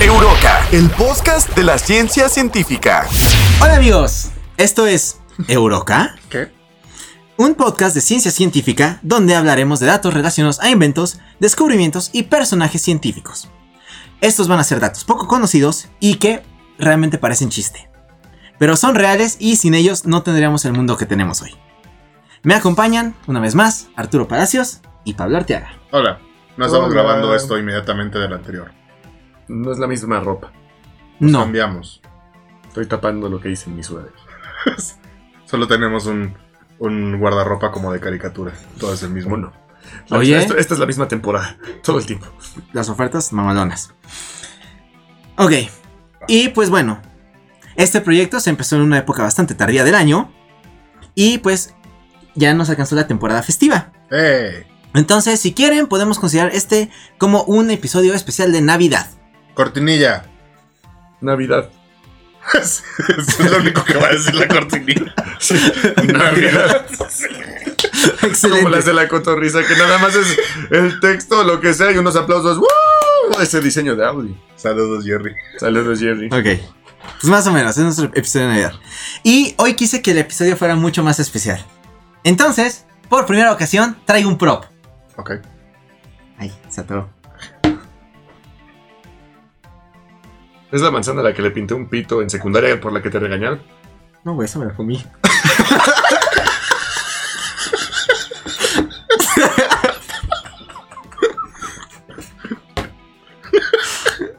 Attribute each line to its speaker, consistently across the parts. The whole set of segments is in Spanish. Speaker 1: Euroca, el podcast de la ciencia científica.
Speaker 2: Hola amigos, esto es Euroca,
Speaker 3: ¿Qué?
Speaker 2: un podcast de ciencia científica donde hablaremos de datos relacionados a inventos, descubrimientos y personajes científicos. Estos van a ser datos poco conocidos y que realmente parecen chiste, pero son reales y sin ellos no tendríamos el mundo que tenemos hoy. Me acompañan, una vez más, Arturo Palacios y Pablo Arteaga.
Speaker 3: Hola. No estamos
Speaker 1: Hola.
Speaker 3: grabando esto inmediatamente del anterior.
Speaker 1: No es la misma ropa.
Speaker 2: No,
Speaker 3: Cambiamos.
Speaker 1: Estoy tapando lo que hice en mi suéter.
Speaker 3: Solo tenemos un, un guardarropa como de caricatura. Todo es el mismo.
Speaker 1: Bueno. La-
Speaker 2: Oye.
Speaker 1: Esto- esta es la misma temporada. Todo el tiempo.
Speaker 2: las ofertas mamalonas. Ok, y pues bueno, este proyecto se empezó en una época bastante tardía del año y pues ya nos alcanzó la temporada festiva.
Speaker 3: ¡Eh!
Speaker 2: Entonces, si quieren, podemos considerar este como un episodio especial de Navidad.
Speaker 3: ¡Cortinilla!
Speaker 1: Navidad.
Speaker 3: Eso es lo único que va a decir la cortinilla.
Speaker 1: Navidad. Como las
Speaker 2: Excelente.
Speaker 1: de la cotorriza, que nada más es el texto, lo que sea, y unos aplausos. ¡Woo! Ese diseño de Audi.
Speaker 3: Saludos, Jerry.
Speaker 1: Saludos, Jerry.
Speaker 2: Ok. Pues más o menos, es nuestro episodio de Navidad. Y hoy quise que el episodio fuera mucho más especial. Entonces, por primera ocasión, traigo un prop.
Speaker 3: Ok.
Speaker 2: Ay, se atoró.
Speaker 1: Es la manzana a la que le pinté un pito en secundaria por la que te regañaron.
Speaker 2: No, güey, eso me lo comí.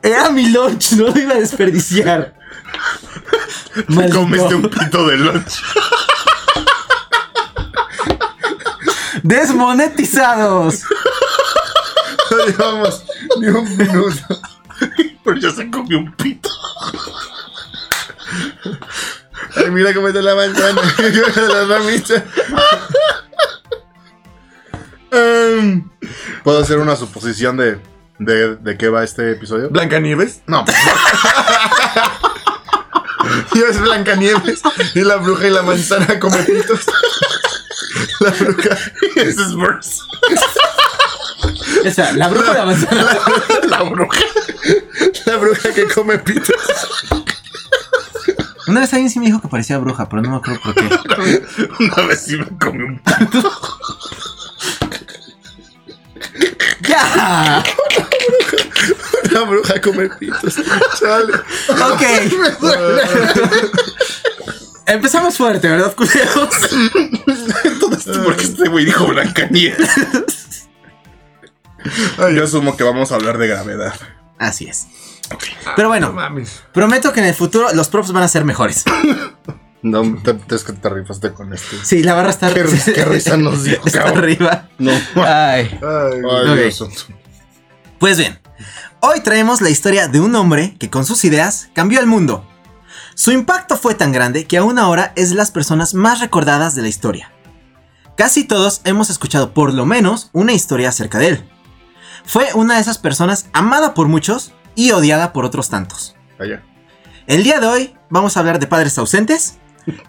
Speaker 2: Era mi lunch, no lo iba a desperdiciar.
Speaker 3: Te
Speaker 2: Maldito.
Speaker 3: Comiste un pito de lunch.
Speaker 2: Desmonetizados.
Speaker 3: No llevamos ni un minuto. Pero ya se comió un pito. Ay, mira cómo está la manzana. la ramita. Em, ¿Puedo hacer una suposición de, de, de qué va este episodio?
Speaker 1: Blancanieves.
Speaker 3: No,
Speaker 1: Y es Blancanieves. Y la bruja y la manzana come pitos. La bruja.
Speaker 3: ese es worse.
Speaker 2: O sea, la bruja de la manzana.
Speaker 3: La bruja.
Speaker 1: La bruja que come pitos.
Speaker 2: Una vez alguien sí me dijo que parecía bruja, pero no me acuerdo por qué.
Speaker 3: Una vez sí me comí un pito.
Speaker 2: ¡Ya!
Speaker 1: La bruja come pitos. Chale.
Speaker 2: Ok. Empezamos fuerte, ¿verdad, culeros?
Speaker 3: Porque este güey dijo Blancanieves. Ay, Yo asumo que vamos a hablar de gravedad.
Speaker 2: Así es. Pero
Speaker 1: No
Speaker 2: bueno,
Speaker 1: mames.
Speaker 2: prometo que en el futuro los props van a ser mejores.
Speaker 3: No, te, te- es que te rifaste con este.
Speaker 2: Sí, la barra está
Speaker 3: Qué ri- qué risa nos dio,
Speaker 2: Está
Speaker 3: cabrón.
Speaker 2: arriba.
Speaker 3: No.
Speaker 2: Ay.
Speaker 1: Ay,
Speaker 3: Ay,
Speaker 2: Ok.
Speaker 3: Dios santo.
Speaker 2: Pues bien, hoy traemos la historia de un hombre que con sus ideas cambió el mundo. Su impacto fue tan grande que aún ahora es de las personas más recordadas de la historia. Casi todos hemos escuchado por lo menos una historia acerca de él. Fue una de esas personas amada por muchos y odiada por otros tantos.
Speaker 3: Allá.
Speaker 2: El día de hoy vamos a hablar de padres ausentes,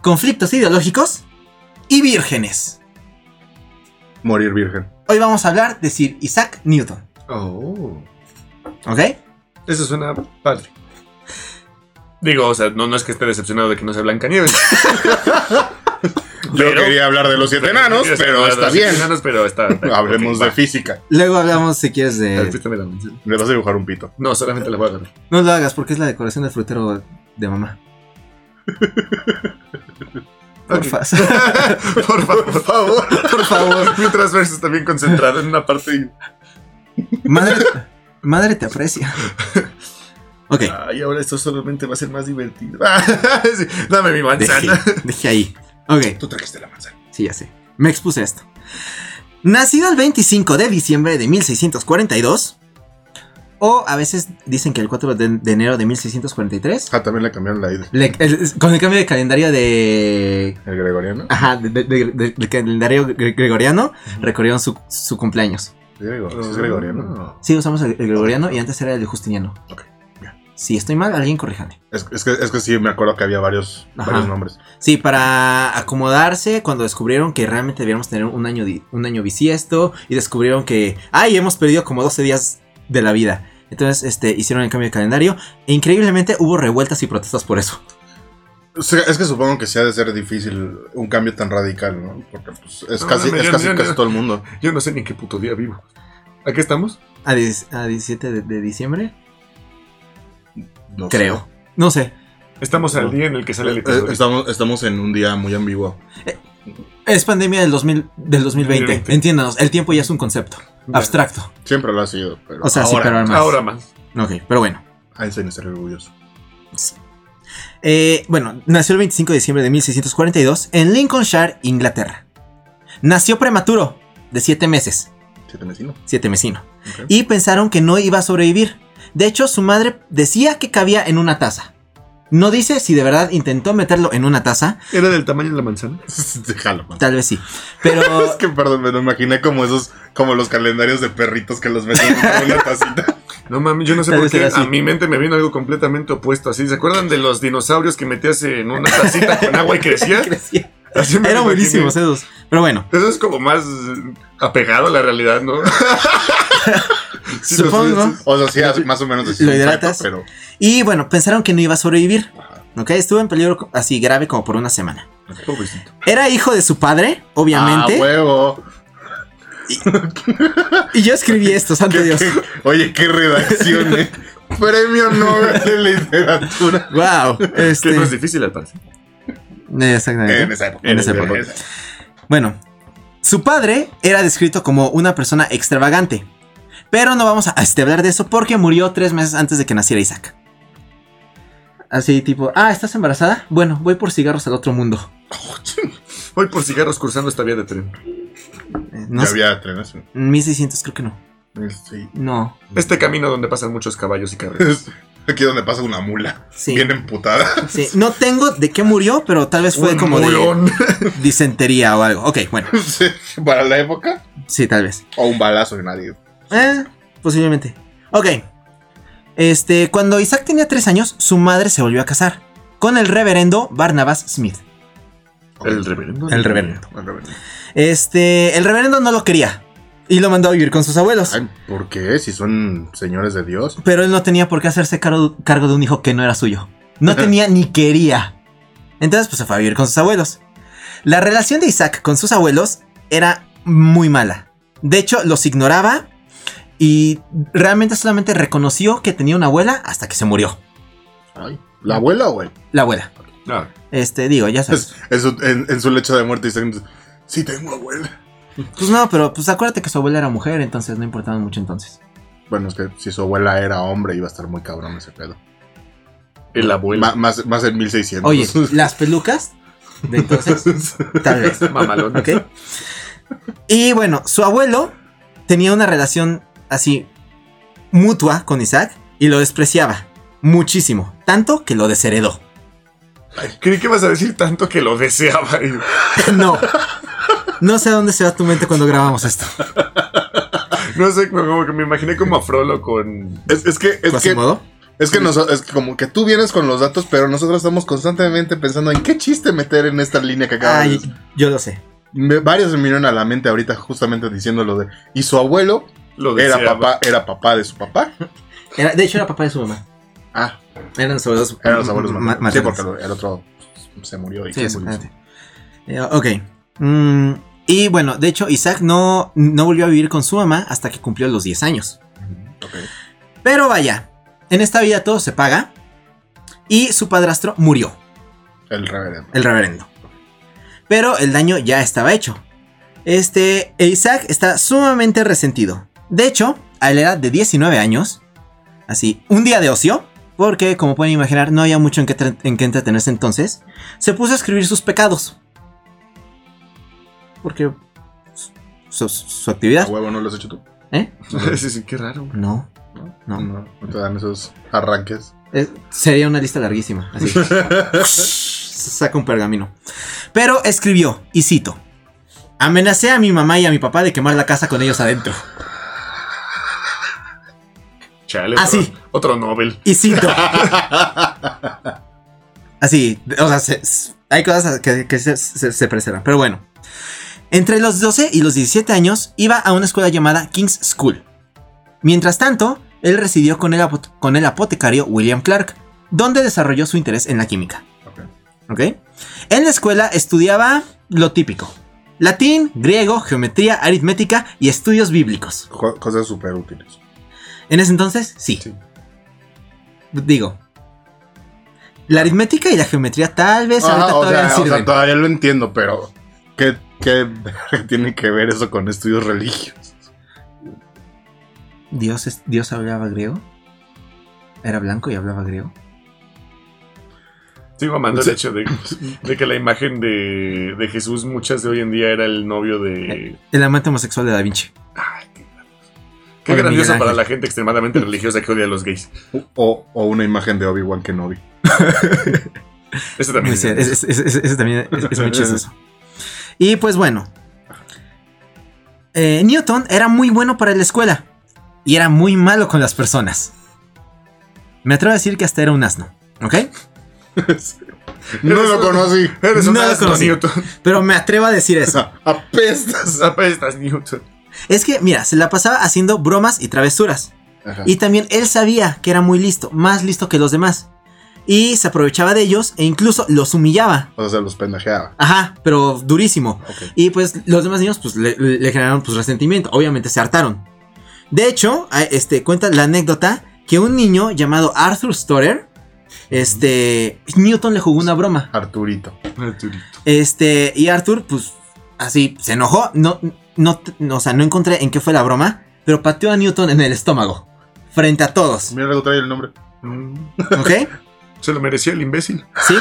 Speaker 2: conflictos ideológicos y vírgenes.
Speaker 3: Morir virgen.
Speaker 2: Hoy vamos a hablar de Sir Isaac Newton,
Speaker 1: Oh.
Speaker 2: ¿ok?
Speaker 1: Eso suena padre. Digo, o sea, no, no es que esté decepcionado de que no sea Blancanieves.
Speaker 3: Yo
Speaker 1: Pero-
Speaker 3: quería hablar de los siete enanos,
Speaker 1: Quería
Speaker 3: pero
Speaker 1: ser
Speaker 3: está
Speaker 1: los
Speaker 3: bien.
Speaker 1: Enanos, pero está. está-
Speaker 3: Hablemos
Speaker 1: ok,
Speaker 3: de
Speaker 1: va.
Speaker 3: física.
Speaker 2: Luego hablamos si quieres de...
Speaker 1: Repíteme la mención.
Speaker 3: Le vas a dibujar un pito.
Speaker 1: No, solamente la voy a agarrar.
Speaker 2: No lo hagas porque es la decoración del frutero de mamá. Porfa,
Speaker 1: Por favor, por favor, por favor. Mientras Versus está bien concentrado en una parte. y-
Speaker 2: madre, madre te aprecia. Ok,
Speaker 3: Ah,
Speaker 1: Ay, ahora esto solamente va a ser más divertido. Ah, sí, Dame mi
Speaker 2: dejé,
Speaker 1: manzana.
Speaker 2: dejé ahí. Ok,
Speaker 3: Tú trajiste la manzana.
Speaker 2: sí, ya sé. Me expuse a esto. Nacido el 25 de diciembre de 1642, o a veces dicen que el 4 de, de enero de 1643,
Speaker 3: Ah, también le cambiaron la ida.
Speaker 2: le- el- con el cambio de calendario de
Speaker 3: El gregoriano.
Speaker 2: Ajá, de- de- de- de- del calendario gre- gregoriano recorrieron su, su cumpleaños.
Speaker 3: Grego, sí es gregoriano.
Speaker 1: No.
Speaker 2: Sí, usamos el, el gregoriano y antes era el de Justiniano.
Speaker 3: Ok, ya.
Speaker 2: Si estoy mal, alguien corríjame.
Speaker 3: Es, es que, es que sí, me acuerdo que había varios,
Speaker 2: Ajá.
Speaker 3: varios nombres.
Speaker 2: Sí, para acomodarse cuando descubrieron que realmente debíamos tener un año, di- un año bisiesto y descubrieron que, ay, hemos perdido como 12 días de la vida. Entonces, este, hicieron el cambio de calendario. E increíblemente hubo revueltas y protestas por eso.
Speaker 3: O sea, es que supongo que sí ha de ser difícil un cambio tan radical, ¿no? Porque pues, es
Speaker 1: No,
Speaker 3: casi,
Speaker 1: no,
Speaker 3: es
Speaker 1: yo-
Speaker 3: casi,
Speaker 1: yo-
Speaker 3: casi
Speaker 1: yo-
Speaker 3: todo el mundo.
Speaker 1: Yo no sé ni en qué puto día vivo. ¿Aquí estamos?
Speaker 2: A, diez- a 17 de, de diciembre,
Speaker 3: No sé.
Speaker 2: creo. No sé.
Speaker 1: Estamos al
Speaker 3: No.
Speaker 1: día en el que sale el
Speaker 3: Eh,
Speaker 1: episodio.
Speaker 3: Estamos, estamos en un día muy ambiguo.
Speaker 2: Es pandemia del, 2000, del 2020.
Speaker 1: 2020.
Speaker 2: Entiéndanos, el tiempo ya es un concepto
Speaker 1: Bueno.
Speaker 2: abstracto.
Speaker 3: Siempre lo ha sido, pero
Speaker 2: O sea, sí,
Speaker 3: ahora
Speaker 2: pero además.
Speaker 1: Ahora más.
Speaker 2: Ok, pero bueno.
Speaker 3: Einstein estaría orgulloso.
Speaker 2: Eh, bueno, nació el 25 de diciembre de 1642 en Lincolnshire, Inglaterra. Nació prematuro, de 7 meses,
Speaker 3: Siete vecino.
Speaker 2: 7 mesino.
Speaker 3: Ok.
Speaker 2: Y pensaron que no iba a sobrevivir. De hecho, su madre decía que cabía en una taza. No dice si de verdad intentó meterlo en una taza,
Speaker 1: ¿Era del tamaño de la manzana?
Speaker 3: Déjalo, man.
Speaker 2: tal vez sí. Pero
Speaker 3: Es que perdón, me lo imaginé como esos, como los calendarios de perritos que los meten en una tacita.
Speaker 1: No mami, yo no sé
Speaker 2: Tal
Speaker 1: por
Speaker 2: vez
Speaker 1: qué.
Speaker 2: era así.
Speaker 1: A mi mente me vino algo completamente opuesto así. ¿Se acuerdan de los dinosaurios que metías en una tacita con agua y crecía?
Speaker 2: crecía.
Speaker 1: Así me
Speaker 2: eran
Speaker 1: lo
Speaker 2: buenísimos
Speaker 1: imaginé.
Speaker 2: esos. Pero bueno,
Speaker 1: Eso es como más eh, apegado a la realidad, ¿no?
Speaker 2: supongo.
Speaker 3: O sea, sí, hace- más o menos así.
Speaker 2: Lo
Speaker 3: un feto,
Speaker 2: hidratas.
Speaker 3: Pero
Speaker 2: Y bueno, pensaron que no iba a sobrevivir.
Speaker 3: Ajá.
Speaker 2: ¿Ok? Estuvo en peligro co- así grave como por una semana.
Speaker 1: Pobrecito.
Speaker 2: Era hijo de su padre,
Speaker 3: Ah,
Speaker 2: obviamente.
Speaker 3: huevo.
Speaker 2: y yo escribí esto, santo
Speaker 3: Qué-
Speaker 2: Dios.
Speaker 3: qué- oye, qué redacción, eh. Premio Nobel de Literatura.
Speaker 2: Wow.
Speaker 1: Que
Speaker 2: Este, eh,
Speaker 1: no es difícil al parecer.
Speaker 2: exactamente.
Speaker 3: En esa época.
Speaker 2: En esa época. Bueno, su padre era descrito como una persona extravagante. Pero no vamos a este, hablar de eso porque murió tres meses antes de que naciera Isaac. Así tipo, ah, ¿estás embarazada? Bueno, voy por cigarros al otro mundo.
Speaker 1: Voy por cigarros cruzando esta vía de tren.
Speaker 2: Eh,
Speaker 3: No
Speaker 2: No sé,
Speaker 3: había trenes.
Speaker 2: 1600 creo que no.
Speaker 3: Sí.
Speaker 2: No,
Speaker 1: Este camino donde pasan muchos caballos y carros.
Speaker 3: Es aquí donde pasa una mula.
Speaker 2: sí.
Speaker 3: Bien emputada.
Speaker 2: Sí, no tengo de qué murió, pero tal vez fue
Speaker 1: Un
Speaker 2: como de
Speaker 1: mulón.
Speaker 2: disentería o algo. Ok, bueno,
Speaker 3: Sí, Para la época.
Speaker 2: sí, tal vez.
Speaker 3: O un balazo de nadie.
Speaker 2: Eh, posiblemente. Ok. Este, cuando Isaac tenía tres años, su madre se volvió a casar con el reverendo Barnabas Smith.
Speaker 1: El reverendo.
Speaker 2: El reverendo.
Speaker 3: El reverendo.
Speaker 2: Este, el reverendo no lo quería y lo mandó a vivir con sus abuelos.
Speaker 3: Ay, ¿Por qué? Si son señores de Dios.
Speaker 2: Pero él no tenía por qué hacerse cargo, cargo de un hijo que no era suyo. No tenía ni quería. Entonces, pues se fue a vivir con sus abuelos. La relación de Isaac con sus abuelos era muy mala. De hecho, los ignoraba y realmente solamente reconoció que tenía una abuela hasta que se murió.
Speaker 3: Ay, ¿La abuela o él?
Speaker 2: La abuela.
Speaker 1: Ah,
Speaker 2: Este, digo, ya sabes.
Speaker 3: Es- en, su, en- en su lecho de muerte dicen: Sí, tengo abuela.
Speaker 2: Pues no, pero pues acuérdate que su abuela era mujer, entonces no importaba mucho entonces.
Speaker 3: Bueno, es que si su abuela era hombre, iba a estar muy cabrón ese pedo.
Speaker 1: el abuelo.
Speaker 3: Ma- más, más en 1600.
Speaker 2: Oye, las pelucas de entonces, tal vez.
Speaker 1: Mamalón.
Speaker 2: ¿Ok? Y bueno, su abuelo tenía una relación así mutua con Isaac y lo despreciaba muchísimo, tanto que lo desheredó.
Speaker 1: Creí que vas a decir tanto que lo deseaba. y-
Speaker 2: No. No sé a dónde se va tu mente cuando grabamos esto.
Speaker 1: No sé, como que me imaginé como a Frollo con.
Speaker 3: es, es que, es que,
Speaker 2: Quasimodo.
Speaker 3: es que noso- es que como que tú vienes con los datos, pero nosotros estamos constantemente pensando en qué chiste meter en esta línea que acabas de
Speaker 2: Ay, yo lo sé.
Speaker 3: Me- varios me vinieron a la mente ahorita justamente diciendo lo de. Y su abuelo
Speaker 1: Lo
Speaker 3: era
Speaker 1: deseaba.
Speaker 3: papá, era papá de su papá.
Speaker 2: Era- de hecho, era papá de su mamá.
Speaker 3: Ah,
Speaker 2: Eran sobre dos.
Speaker 3: eran los abuelos
Speaker 2: ma-
Speaker 3: maternos. Sí,
Speaker 2: maternos.
Speaker 3: porque lo- el otro se murió y
Speaker 2: Sí,
Speaker 3: se murió.
Speaker 2: exactamente. Eh, ok. Mm, y bueno, de hecho, Isaac no, no volvió a vivir con su mamá hasta que cumplió los 10 años.
Speaker 3: Ujú, ok.
Speaker 2: Pero vaya, en esta vida todo se paga. Y su padrastro murió,
Speaker 3: El reverendo.
Speaker 2: el reverendo. Pero el daño ya estaba hecho. Este, e Isaac está sumamente resentido. De hecho, a la edad de 19 años, así, un día de ocio, porque como pueden imaginar, no había mucho en qué, tre- en qué entretenerse entonces, se puso a escribir sus pecados. Porque su- su, su
Speaker 3: ¿A
Speaker 2: actividad,
Speaker 3: huevo no lo has hecho tú?
Speaker 2: ¿eh?
Speaker 1: Sí, sí, qué raro.
Speaker 2: No, no.
Speaker 3: No te dan esos arranques.
Speaker 2: Eh, sería una lista larguísima. Así. Saca un pergamino. Pero escribió, y cito: Amenacé a mi mamá y a mi papá de quemar la casa con ellos adentro.
Speaker 1: Chale.
Speaker 2: Ah,
Speaker 1: otro-
Speaker 2: sí.
Speaker 1: Otro Nobel.
Speaker 2: Y cito. Así, o sea, se- s- hay cosas que, que se, se, se preservan, pero bueno. Entre los 12 y los 17 años iba a una escuela llamada King's School. Mientras tanto, él residió con el, apo- con el apotecario William Clark, donde desarrolló su interés en la química.
Speaker 3: Ok.
Speaker 2: ¿Ok? En la escuela estudiaba lo típico: latín, griego, geometría, aritmética y estudios bíblicos.
Speaker 3: Jo- Cosas súper útiles.
Speaker 2: En ese entonces, sí.
Speaker 3: Sí.
Speaker 2: Digo. La aritmética y la geometría tal vez
Speaker 3: Ajá,
Speaker 2: ahorita
Speaker 3: Ah, o,
Speaker 2: todavía
Speaker 3: sea, o sea,
Speaker 2: sirven.
Speaker 3: todavía lo entiendo, pero ¿qué, qué verga tiene que ver eso con estudios religiosos?
Speaker 2: Dios, es- Dios hablaba griego. Era blanco y hablaba griego.
Speaker 1: Sigo amando el hecho de, de que la imagen de, de Jesús, muchas de hoy en día, era el novio de.
Speaker 2: El amante homosexual de Da Vinci.
Speaker 1: Ay, qué, qué
Speaker 2: O de Miguel
Speaker 1: grandioso
Speaker 2: Ángel.
Speaker 1: para la gente extremadamente religiosa que odia a los gays.
Speaker 3: O, o una imagen de Obi-Wan Kenobi.
Speaker 1: Eso también.
Speaker 2: Muy
Speaker 1: es
Speaker 2: ser-
Speaker 1: grandioso.
Speaker 2: es- es- es- es- es también es, es muy chistoso. Y pues bueno. Eh, Newton era muy bueno para la escuela. Y era muy malo con las personas. Me atrevo a decir que hasta era un asno. ¿Ok?
Speaker 3: No
Speaker 1: Eres
Speaker 3: lo
Speaker 1: un-
Speaker 3: conocí.
Speaker 1: Eres un
Speaker 2: No lo
Speaker 1: asno,
Speaker 2: conocí.
Speaker 1: Newton.
Speaker 2: Pero me atrevo a decir eso.
Speaker 3: Apestas.
Speaker 1: Apestas, Newton.
Speaker 2: Es que, mira, se la pasaba haciendo bromas y travesuras.
Speaker 3: Ajá.
Speaker 2: Y también él sabía que era muy listo, más listo que los demás. Y se aprovechaba de ellos e incluso los humillaba.
Speaker 3: O sea, los pendejeaba.
Speaker 2: Ajá, pero durísimo.
Speaker 3: Ok.
Speaker 2: Y pues los demás niños pues le, le generaron pues resentimiento, obviamente se hartaron. De hecho, a- este cuenta la anécdota que un niño llamado Arthur Storer este Newton le jugó una broma.
Speaker 3: Arturito.
Speaker 1: Arturito.
Speaker 2: Este, y Arthur pues así se enojó, no no, no, o sea, no encontré en qué fue la broma, pero pateó a Newton en el estómago frente a todos,
Speaker 3: Mira, luego trae el nombre.
Speaker 1: Mm,
Speaker 2: ¿ok?
Speaker 1: Se lo merecía el imbécil.
Speaker 2: Sí.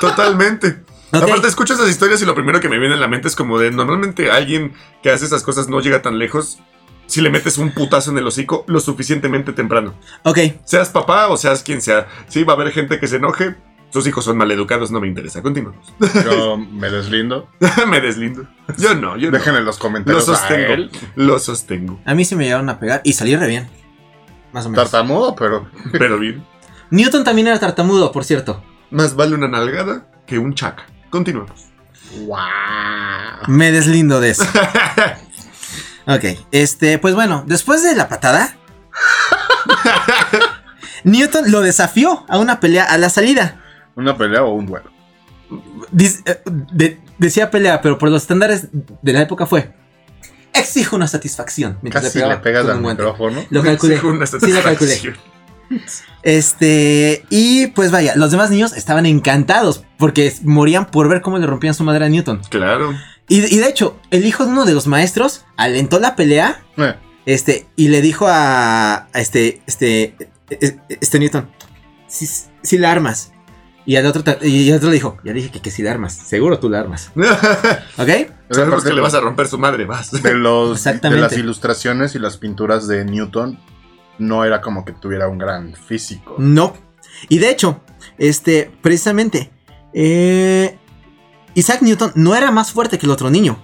Speaker 1: Totalmente.
Speaker 2: Ok.
Speaker 1: Aparte, escucho esas historias y lo primero que me viene a la mente es como de normalmente alguien que hace esas cosas no llega tan lejos si le metes un putazo en el hocico lo suficientemente temprano.
Speaker 2: Ok,
Speaker 1: Seas papá o seas quien sea. Sí, va a haber gente que se enoje. Sus hijos son maleducados, no me interesa. Continuamos.
Speaker 3: Yo me deslindo.
Speaker 1: me deslindo. Yo no, yo no.
Speaker 3: Dejen en los
Speaker 1: Lo
Speaker 3: comentarios. a él.
Speaker 1: sostengo. Lo sostengo.
Speaker 2: a mí sí me llegaron a pegar y salí re bien. Más o menos.
Speaker 3: Tartamudo, pero
Speaker 1: Pero bien.
Speaker 2: Newton también era tartamudo, por cierto.
Speaker 1: Más vale una nalgada que un chaca. Continuamos.
Speaker 3: ¡Wow!
Speaker 2: Me deslindo de eso. Ok, este, pues bueno, después de la patada, Newton lo desafió a una pelea a la salida.
Speaker 3: ¿Una pelea o un duelo?
Speaker 2: Diz- eh, de- decía pelea, pero por los estándares de la época fue. Exijo una satisfacción. mientras
Speaker 3: Casi
Speaker 2: pegaba
Speaker 3: le pegas
Speaker 2: con
Speaker 3: al
Speaker 2: un guante.
Speaker 3: micrófono.
Speaker 2: Lo calculé.
Speaker 1: Según una
Speaker 2: Sí, lo calculé.
Speaker 1: satisfacción.
Speaker 2: Este, y pues vaya, los demás niños estaban encantados porque morían por ver cómo le rompían su madre a Newton.
Speaker 1: Claro.
Speaker 2: Y, y de hecho, el hijo de uno de los maestros alentó la pelea
Speaker 3: Eh,
Speaker 2: Este, y le dijo a, a este, este, es- este Newton, si, si la armas. Y al otro, ta- y el otro le dijo, ya dije que, que si la armas, seguro tú la armas. ¿Ok?
Speaker 3: o sea,
Speaker 1: Sabemos que
Speaker 3: de-
Speaker 1: le vas a romper su madre, vas.
Speaker 3: de, los, de
Speaker 2: Exactamente.
Speaker 3: las ilustraciones y las pinturas de Newton, no era como que tuviera un gran físico.
Speaker 2: No. Y de hecho, este, precisamente, eh, Isaac Newton no era más fuerte que el otro niño,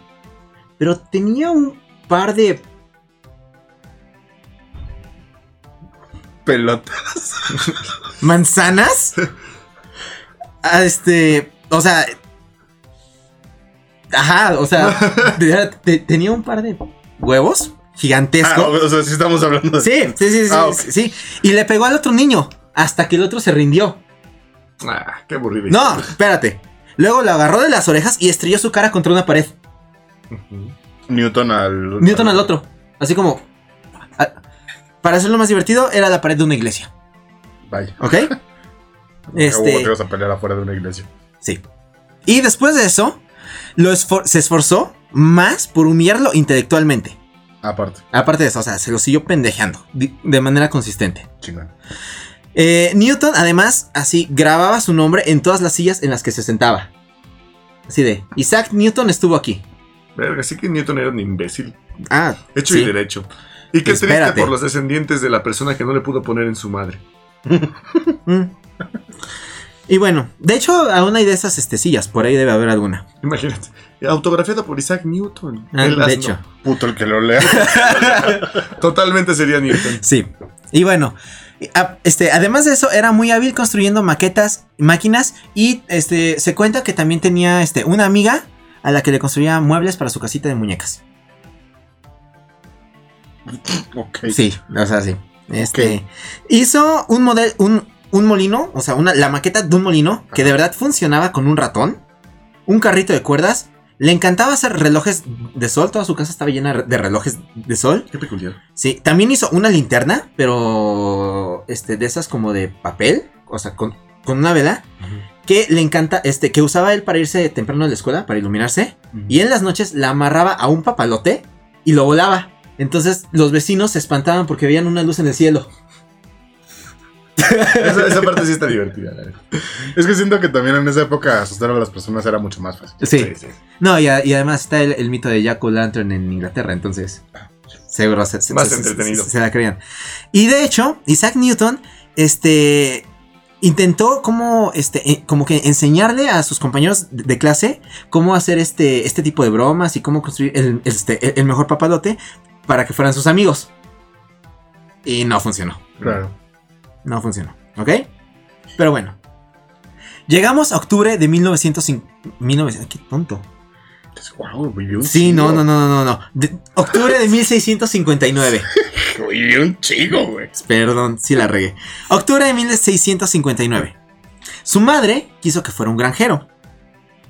Speaker 2: pero tenía un par de...
Speaker 3: Pelota.
Speaker 2: ¿Manzanas? Ah, este, o sea... Ajá, o sea, te- te- tenía un par de huevos
Speaker 3: Ah,
Speaker 2: gigantesco.
Speaker 3: o sea, sí estamos hablando de.
Speaker 2: Sí, sí, sí, sí,
Speaker 3: Ah, ok.
Speaker 2: sí. Y le pegó al otro niño hasta que el otro se rindió.
Speaker 1: Ah, qué aburrido.
Speaker 2: No, espérate. Luego lo agarró de las orejas y estrelló su cara contra una pared.
Speaker 1: Ujú.
Speaker 3: Newton al.
Speaker 2: Newton al otro. Así como... a- para hacerlo más divertido, era la pared de una iglesia.
Speaker 3: Vaya.
Speaker 2: ¿Ok?
Speaker 3: Hubo
Speaker 2: Este...
Speaker 3: otros a pelear afuera de una iglesia.
Speaker 2: Sí. Y después de eso, lo esfor- se esforzó más por humillarlo intelectualmente.
Speaker 3: Aparte,
Speaker 2: Aparte de eso, o sea, se lo siguió pendejeando di- de manera consistente.
Speaker 3: chingón.
Speaker 2: Eh, Newton, además, así grababa su nombre en todas las sillas en las que se sentaba. Así de, Isaac Newton estuvo aquí.
Speaker 1: Verga, sí que Newton era un imbécil.
Speaker 2: Ah,
Speaker 1: Hecho
Speaker 2: sí.
Speaker 1: y derecho. Y qué
Speaker 2: Espérate.
Speaker 1: triste por los descendientes de la persona que no le pudo poner en su madre.
Speaker 2: Mm. Y bueno, de hecho, aún hay de esas este, sillas, por ahí debe haber alguna.
Speaker 1: Imagínate. Autografiada por Isaac Newton.
Speaker 2: Ah,
Speaker 1: El
Speaker 2: de
Speaker 1: asno.
Speaker 2: hecho,
Speaker 3: Puto el que lo lea.
Speaker 1: Totalmente sería Newton.
Speaker 2: sí. Y bueno, y, a- este, además de eso, era muy hábil construyendo maquetas, máquinas y este, se cuenta que también tenía este, una amiga a la que le construía muebles para su casita de muñecas.
Speaker 3: ok.
Speaker 2: Sí, o sea, sí. Este, Hizo un, model, un, un molino, o sea, una, la maqueta de un molino que de verdad funcionaba con un ratón, un carrito de cuerdas. Le encantaba hacer relojes de sol, toda su casa estaba llena de relojes de sol.
Speaker 1: Qué peculiar.
Speaker 2: Sí, también hizo una linterna, pero este, de esas como de papel, o sea, con, con una vela, que le encanta, este, que usaba él para irse temprano a la escuela, para iluminarse, y en las noches la amarraba a un papalote y lo volaba. Entonces los vecinos se espantaban porque veían una luz en el cielo.
Speaker 1: Esa, esa parte sí está divertida. la verdad.
Speaker 3: Es que siento que también en esa época asustar a las personas era mucho más fácil.
Speaker 2: Sí. No, y, a- y además está el, el mito de Jack o' Lantern en Inglaterra, entonces seguro se, se-
Speaker 1: Más
Speaker 2: se- se-
Speaker 1: entretenido.
Speaker 2: se la creían. Y de hecho, Isaac Newton, este, intentó como, este, eh, como que enseñarle a sus compañeros de, de clase cómo hacer este, este tipo de bromas y cómo construir el, este, el- el mejor papalote para que fueran sus amigos. Y no funcionó.
Speaker 3: Claro.
Speaker 2: No funcionó, ¿ok? Pero bueno. Llegamos a octubre de 1905. 1900, qué tonto.
Speaker 3: Wow, vivió un
Speaker 2: Sí, no,
Speaker 3: chingo.
Speaker 2: no, no, no, no, no. De- octubre de 1659.
Speaker 3: Vivió un chico, güey.
Speaker 2: Perdón, sí la regué. Octubre de 1659. Su madre quiso que fuera un granjero.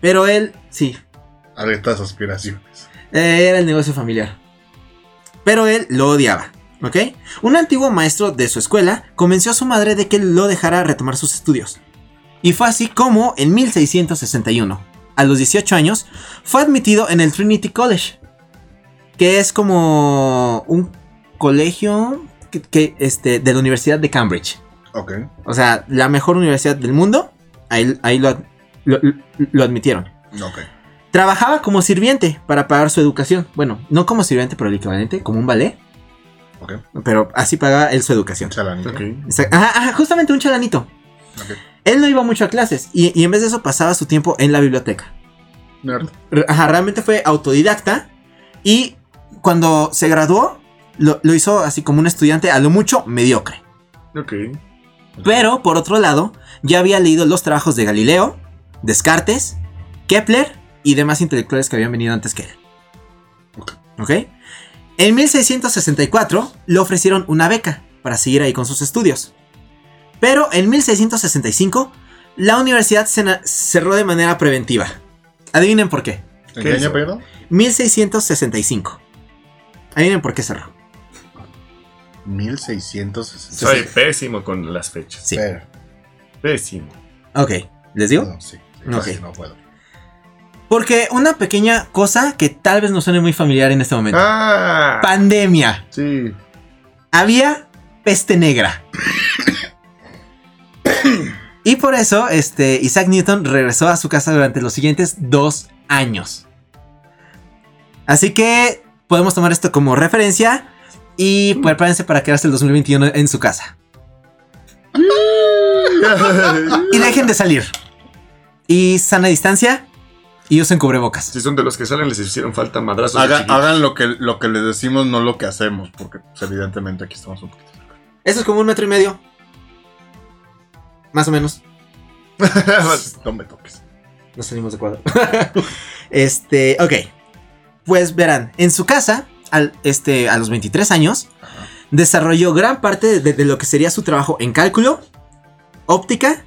Speaker 2: Pero él, sí,
Speaker 3: Altas aspiraciones.
Speaker 2: eh, era el negocio familiar. Pero él lo odiaba, ¿ok? Un antiguo maestro de su escuela convenció a su madre de que lo dejara retomar sus estudios. Y fue así como, en 1661, a los 18 años, fue admitido en el Trinity College, que es como un colegio que, que, este, de la Universidad de Cambridge.
Speaker 3: Ok.
Speaker 2: O sea, la mejor universidad del mundo, ahí, ahí lo ad- lo- lo- lo admitieron.
Speaker 3: Ok.
Speaker 2: Trabajaba como sirviente para pagar su educación. Bueno, no como sirviente, pero el equivalente, como un ballet.
Speaker 3: Ok.
Speaker 2: Pero así pagaba él su educación.
Speaker 3: Chalanito.
Speaker 1: Ok.
Speaker 2: Exa- Ajá, ajá, justamente un chalanito.
Speaker 3: Ok.
Speaker 2: Él no iba mucho a clases y, y en vez de eso pasaba su tiempo en la biblioteca.
Speaker 3: Nerd.
Speaker 2: Re- Ajá, realmente fue autodidacta y cuando se graduó lo, lo hizo así como un estudiante a lo mucho mediocre.
Speaker 1: Ok.
Speaker 2: Pero, por otro lado, ya había leído los trabajos de Galileo, Descartes, Kepler y demás intelectuales que habían venido antes que él. ¿Ok? En 1664 le ofrecieron una beca para seguir ahí con sus estudios. Pero en 1665 la universidad se na- cerró de manera preventiva. Adivinen por qué.
Speaker 3: ¿En
Speaker 1: ¿Qué
Speaker 3: qué
Speaker 1: hizo?
Speaker 3: año, Pedro?
Speaker 2: 1665. Adivinen por qué cerró.
Speaker 3: 1660.
Speaker 1: Soy pésimo con las fechas.
Speaker 2: Sí.
Speaker 3: Pero,
Speaker 1: Pésimo.
Speaker 2: Ok, ¿les digo?
Speaker 3: No, sí.
Speaker 2: Ok.
Speaker 3: Sí, No puedo.
Speaker 2: Porque una pequeña cosa que tal vez nos suene muy familiar en este momento.
Speaker 1: Ah.
Speaker 2: Pandemia.
Speaker 3: Sí.
Speaker 2: había peste negra. y por eso, este, Isaac Newton regresó a su casa durante los siguientes dos años. Así que podemos tomar esto como referencia y prepárense para quedarse el 2021 en su casa. Y dejen de salir. Y sana distancia y usen cubrebocas.
Speaker 1: Si son de los que salen, les hicieron falta madrazos. de
Speaker 3: Haga-
Speaker 1: chiquitos.
Speaker 3: hagan lo que, lo que les decimos, no lo que hacemos, porque pues, evidentemente aquí estamos un poquito.
Speaker 2: Eso es como un metro y medio. Más o menos.
Speaker 3: no me toques.
Speaker 2: Nos salimos de cuadro. este, ok. Pues verán, en su casa, al, este, a los 23 años,
Speaker 3: Ajá.
Speaker 2: desarrolló gran parte de, de lo que sería su trabajo en cálculo, óptica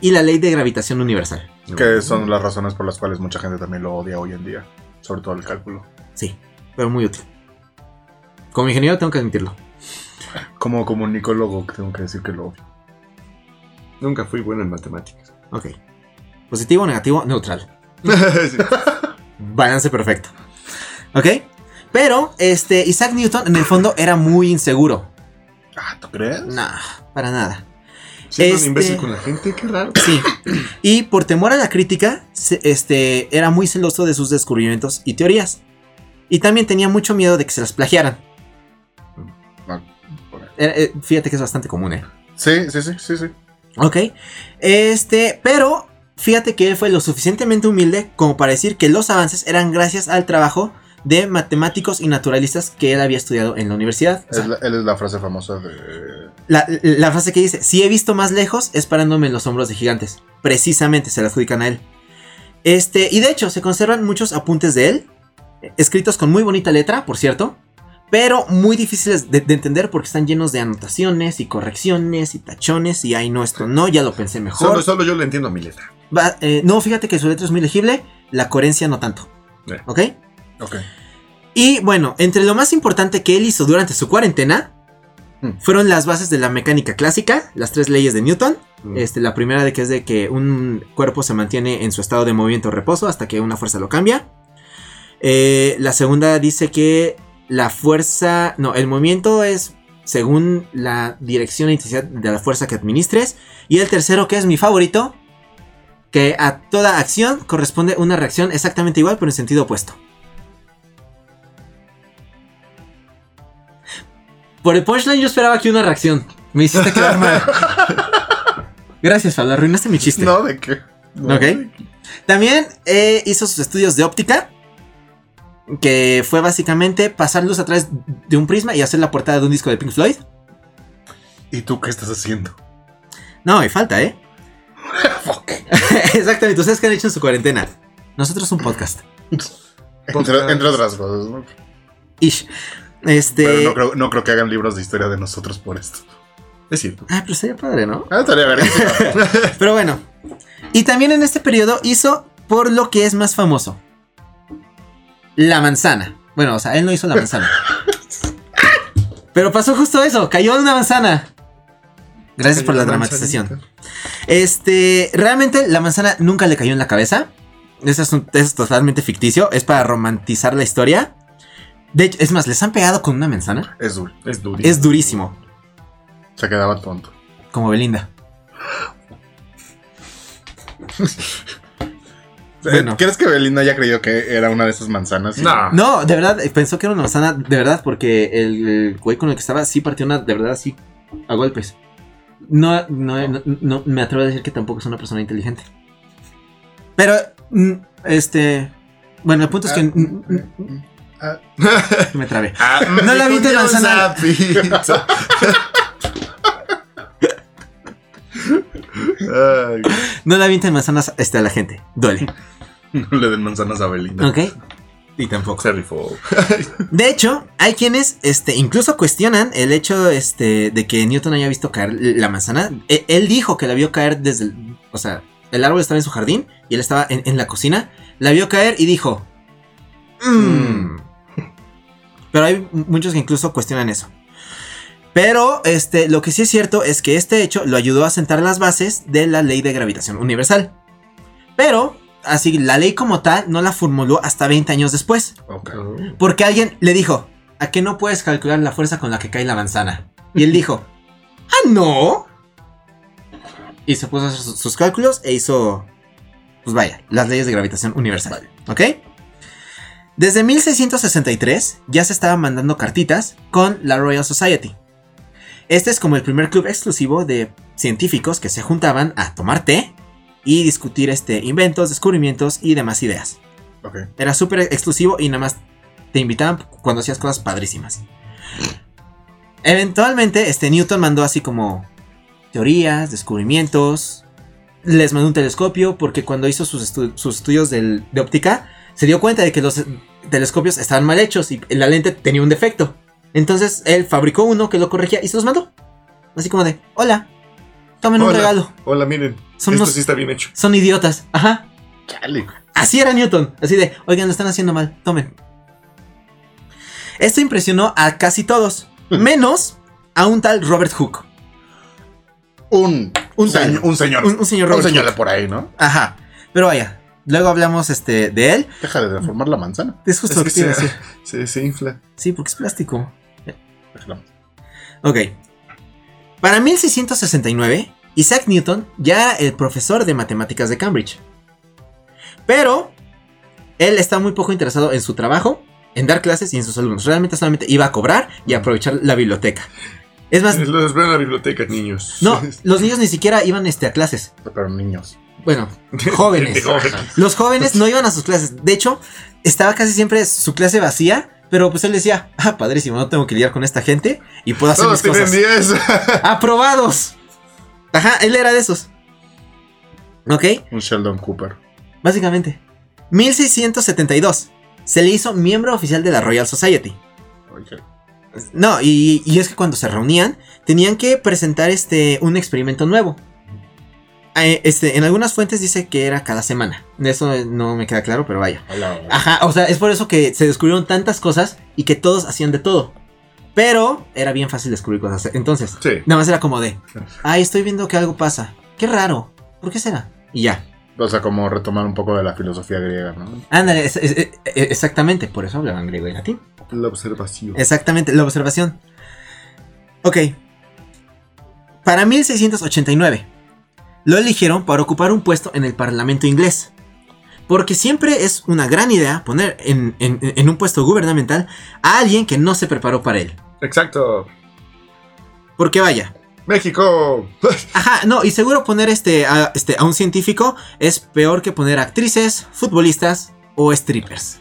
Speaker 2: y la ley de gravitación universal.
Speaker 3: Que son las razones por las cuales mucha gente también lo odia hoy en día. Sobre todo el cálculo.
Speaker 2: Sí, pero muy útil. Como ingeniero tengo que admitirlo.
Speaker 3: Como comunicólogo, tengo que decir que lo odio.
Speaker 1: Nunca fui bueno en matemáticas.
Speaker 2: Ok. Positivo, negativo, neutral. balance perfecto. ¿Ok? Pero, este, Isaac Newton en el fondo era muy inseguro.
Speaker 3: Ah, ¿tú crees?
Speaker 2: Nah, para nada.
Speaker 1: Siendo
Speaker 2: Este-
Speaker 1: un imbécil con la gente, qué raro.
Speaker 2: Sí. Y por temor a la crítica, se- este, era muy celoso de sus descubrimientos y teorías. Y también tenía mucho miedo de que se las plagiaran. Era- eh, fíjate que es bastante común, ¿eh?
Speaker 3: Sí, sí, sí, sí, sí.
Speaker 2: Ok. Este, pero fíjate que él fue lo suficientemente humilde como para decir que los avances eran gracias al trabajo de matemáticos y naturalistas que él había estudiado en la universidad. O sea,
Speaker 3: Es la, él es la frase famosa de.
Speaker 2: la, la frase que dice, si he visto más lejos es parándome en los hombros de gigantes. Precisamente se la adjudican a él. Este, y de hecho, se conservan muchos apuntes de él, eh, escritos con muy bonita letra, por cierto, pero muy difíciles de, de entender porque están llenos de anotaciones y correcciones y tachones y ahí no, esto no, ya lo pensé mejor.
Speaker 1: Solo, solo yo le entiendo a mi letra.
Speaker 2: Va- eh, no, fíjate que su letra es muy legible, la coherencia no tanto.
Speaker 1: Ya.
Speaker 2: ¿Ok?
Speaker 3: Ok.
Speaker 2: Y bueno, entre lo más importante que él hizo durante su cuarentena
Speaker 3: Mm.
Speaker 2: fueron las bases de la mecánica clásica, las tres leyes de Newton.
Speaker 1: Mm.
Speaker 2: Este, la primera de que es de que un cuerpo se mantiene en su estado de movimiento o reposo hasta que una fuerza lo cambia. Eh, la segunda dice que la fuerza, no, el movimiento es según la dirección e intensidad de la fuerza que administres. Y el tercero, que es mi favorito, que a toda acción corresponde una reacción exactamente igual pero en sentido opuesto. Por el punchline yo esperaba que una reacción. Me hiciste quedar mal. Gracias, Pablo. Arruinaste mi chiste.
Speaker 3: No, ¿de qué? No,
Speaker 2: Ok.
Speaker 3: de-
Speaker 2: También eh, hizo sus estudios de óptica. Que fue básicamente pasar luz a través de un prisma y hacer la portada de un disco de Pink Floyd.
Speaker 3: ¿Y tú qué estás haciendo?
Speaker 2: No, y falta, ¿eh?
Speaker 3: Fuck.
Speaker 2: Exactamente. ¿Ustedes qué han hecho en su cuarentena? Nosotros un podcast.
Speaker 3: Entre, entre otras cosas, ¿no?
Speaker 2: Ish. Este.
Speaker 3: Pero no creo, no creo que hagan libros de historia de nosotros por esto.
Speaker 1: Es cierto.
Speaker 2: Ah, pero sería padre, ¿no?
Speaker 3: Ah, estaría vergüenza.
Speaker 2: Pero bueno. Y también en este periodo hizo por lo que es más famoso. La manzana. Bueno, o sea, él no hizo la manzana. Pero pasó justo eso, cayó de una manzana. Gracias por la dramatización. Este, realmente la manzana nunca le cayó en la cabeza. Eso es, un- eso es totalmente ficticio, es para romantizar la historia. De hecho, es más, ¿les han pegado con una manzana?
Speaker 3: Es duro.
Speaker 1: Es durísimo.
Speaker 2: Es durísimo,
Speaker 3: Se quedaba tonto.
Speaker 2: como Belinda. Bueno.
Speaker 3: Eh, ¿Crees que Belinda haya creído que era una de esas manzanas?
Speaker 1: No.
Speaker 2: No, de verdad, eh, pensó que era una manzana, de verdad, porque el, el güey con el que estaba sí partió una, de verdad, sí, a golpes. No, no, no, no, me atrevo a decir que tampoco es una persona inteligente. Pero, mm, este, bueno, el punto es que mm, mm, me trabé.
Speaker 1: Ah,
Speaker 2: No la
Speaker 1: me
Speaker 2: viste
Speaker 1: comió
Speaker 2: manzana.
Speaker 1: una pizza. Ay,
Speaker 2: No la avienten manzanas este, a la gente, duele,
Speaker 3: No le den manzanas a Belinda.
Speaker 2: ¿ok?
Speaker 1: y tampoco se rifó.
Speaker 2: De hecho, hay quienes este, incluso cuestionan el hecho este, de que Newton haya visto caer la manzana. E- él dijo que la vio caer desde el... O sea, el árbol estaba en su jardín y él estaba en, en la cocina. La vio caer y dijo... "Mm".
Speaker 1: Mm.
Speaker 2: Pero hay m- muchos que incluso cuestionan eso. Pero este, lo que sí es cierto es que este hecho lo ayudó a sentar las bases de la ley de gravitación universal. Pero, así, la ley como tal no la formuló hasta 20 años después.
Speaker 3: Ok.
Speaker 2: Porque alguien le dijo, ¿a qué no puedes calcular la fuerza con la que cae la manzana? Y él dijo, ¡ah, no! Y se puso a hacer su- sus cálculos e hizo, pues vaya, las leyes de gravitación universal. ¿Ok? Desde 1663 ya se estaban mandando cartitas con la Royal Society. Este es como el primer club exclusivo de científicos que se juntaban a tomar té y discutir este, inventos, descubrimientos y demás ideas.
Speaker 3: Ok.
Speaker 2: Era súper exclusivo y nada más te invitaban cuando hacías cosas padrísimas. Eventualmente, este Newton mandó así como teorías, descubrimientos. Les mandó un telescopio porque cuando hizo sus, estu- sus estudios del- de óptica, se dio cuenta de que los eh, telescopios estaban mal hechos y la lente tenía un defecto. Entonces él fabricó uno que lo corregía y se los mandó. Así como de, hola, tomen un
Speaker 1: Hola.
Speaker 2: regalo.
Speaker 1: Hola, miren.
Speaker 2: Son,
Speaker 1: esto
Speaker 2: unos-
Speaker 1: sí está bien hecho.
Speaker 2: son idiotas. Ajá.
Speaker 3: Chale.
Speaker 2: Así era Newton, así de, oigan, lo están haciendo mal, tomen. Esto impresionó a casi todos, menos a un tal Robert Hooke.
Speaker 3: Un,
Speaker 2: Un tal.
Speaker 3: señor- un señor.
Speaker 2: Un, un señor
Speaker 3: un
Speaker 2: Robert
Speaker 3: señor de
Speaker 2: Hooke.
Speaker 3: por ahí, ¿no?
Speaker 2: Ajá, pero vaya, luego hablamos este, de él.
Speaker 3: Deja de deformar la manzana.
Speaker 2: Es justo
Speaker 1: Es
Speaker 2: lo que
Speaker 1: que
Speaker 2: te iba a
Speaker 1: se-
Speaker 2: decir.
Speaker 1: Se, se infla.
Speaker 2: Sí, porque es plástico.
Speaker 3: Déjala.
Speaker 2: Ok. Para 1669, Isaac Newton ya era el profesor de matemáticas de Cambridge. Pero él está muy poco interesado en su trabajo, en dar clases y en sus alumnos. Realmente solamente iba a cobrar y a aprovechar la biblioteca. Es más,
Speaker 1: Eh, Los veo en la biblioteca, niños.
Speaker 2: no, los niños ni siquiera iban este, a clases.
Speaker 3: Pero niños.
Speaker 2: Bueno, jóvenes.
Speaker 1: Jóvenes.
Speaker 2: Los jóvenes no iban a sus clases. De hecho, estaba casi siempre su clase vacía. Pero pues él decía, ah, padrísimo, no tengo que lidiar con esta gente y puedo hacer
Speaker 1: Todos
Speaker 2: mis
Speaker 1: tienen
Speaker 2: cosas.
Speaker 1: 10.
Speaker 2: ¡Aprobados! Ajá, él era de esos. ¿Ok?
Speaker 3: Un Sheldon Cooper.
Speaker 2: Básicamente. 1672. Se le hizo miembro oficial de la Royal Society.
Speaker 3: Oye,
Speaker 2: No, y, y es que cuando se reunían, tenían que presentar este, un experimento nuevo. Eh, Este, en algunas fuentes dice que era cada semana. Eso eh, no me queda claro, pero vaya. Ajá, o sea, es por eso que se descubrieron tantas cosas y que todos hacían de todo. Pero era bien fácil descubrir cosas. Entonces,
Speaker 1: Sí.
Speaker 2: nada más era como de, ay, estoy viendo que algo pasa. Qué raro. ¿Por qué será? Y ya.
Speaker 3: O sea, como retomar un poco de la filosofía griega, ¿no?
Speaker 2: Ándale, es- es- es- exactamente, por eso hablaban griego y latín.
Speaker 1: La observación.
Speaker 2: Exactamente, la observación. Ok. Para 1689, lo eligieron para ocupar un puesto en el Parlamento inglés. Porque siempre es una gran idea poner en, en- en un puesto gubernamental a alguien que no se preparó para él.
Speaker 1: Exacto.
Speaker 2: Porque vaya.
Speaker 1: México.
Speaker 2: Ajá, no, y seguro poner este a, este, a un científico es peor que poner actrices, futbolistas o strippers.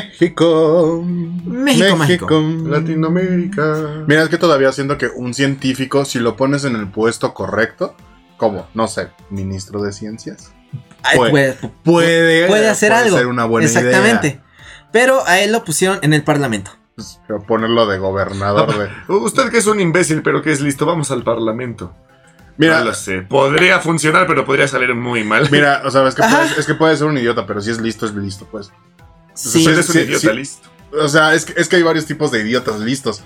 Speaker 3: México.
Speaker 2: México mágico.
Speaker 1: Latinoamérica.
Speaker 3: Mira, es que todavía siento que un científico, si lo pones en el puesto correcto, como, no sé, ministro de ciencias,
Speaker 2: Ay,
Speaker 3: Puede-
Speaker 2: pues,
Speaker 3: puede,
Speaker 2: Puede hacer algo.
Speaker 3: ser una buena
Speaker 2: Exactamente.
Speaker 3: idea.
Speaker 2: Pero a él lo pusieron en el Parlamento.
Speaker 3: Pues, pero ponerlo de gobernador de.
Speaker 1: Usted que es un imbécil, pero que es listo, vamos al parlamento.
Speaker 3: Mira,
Speaker 1: No lo sé. Podría funcionar, pero podría salir muy mal.
Speaker 3: mira, o sea, es que,
Speaker 2: Ajá.
Speaker 3: puedes- es que puede ser un idiota, pero si es listo, es listo, pues.
Speaker 2: Sí.
Speaker 1: Eres un
Speaker 3: sí,
Speaker 1: idiota,
Speaker 3: sí.
Speaker 1: listo.
Speaker 3: O sea, es que, es que hay varios tipos de idiotas listos.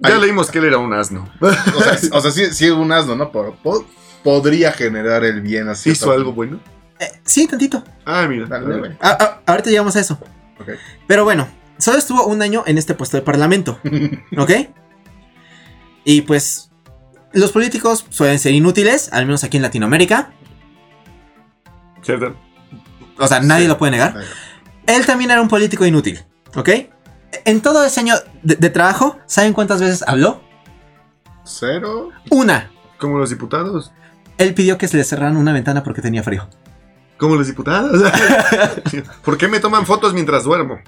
Speaker 1: Ya
Speaker 3: Ay.
Speaker 1: leímos que él era un asno.
Speaker 3: O sea, sí- o sea, sí, sí un asno, ¿no? Pero po- podría generar el bien así.
Speaker 1: ¿Hizo algo bueno?
Speaker 2: Eh, sí, tantito.
Speaker 1: Ah, mira.
Speaker 3: Dale, güey.
Speaker 2: A- a- ahorita llegamos a eso.
Speaker 3: Ok.
Speaker 2: Pero bueno, solo estuvo un año en este puesto de Parlamento. ¿Ok? y pues los políticos suelen ser inútiles, al menos aquí en Latinoamérica.
Speaker 1: ¿Cierto?
Speaker 2: O sea, nadie
Speaker 3: Sí.
Speaker 2: lo puede negar. Él también era un político inútil. ¿Ok? En todo ese año de, de trabajo, ¿saben cuántas veces habló?
Speaker 3: Cero.
Speaker 2: Una.
Speaker 1: Como los diputados.
Speaker 2: Él pidió que se le cerraran una ventana porque tenía frío.
Speaker 1: Como los diputados. ¿Por qué me toman fotos mientras duermo?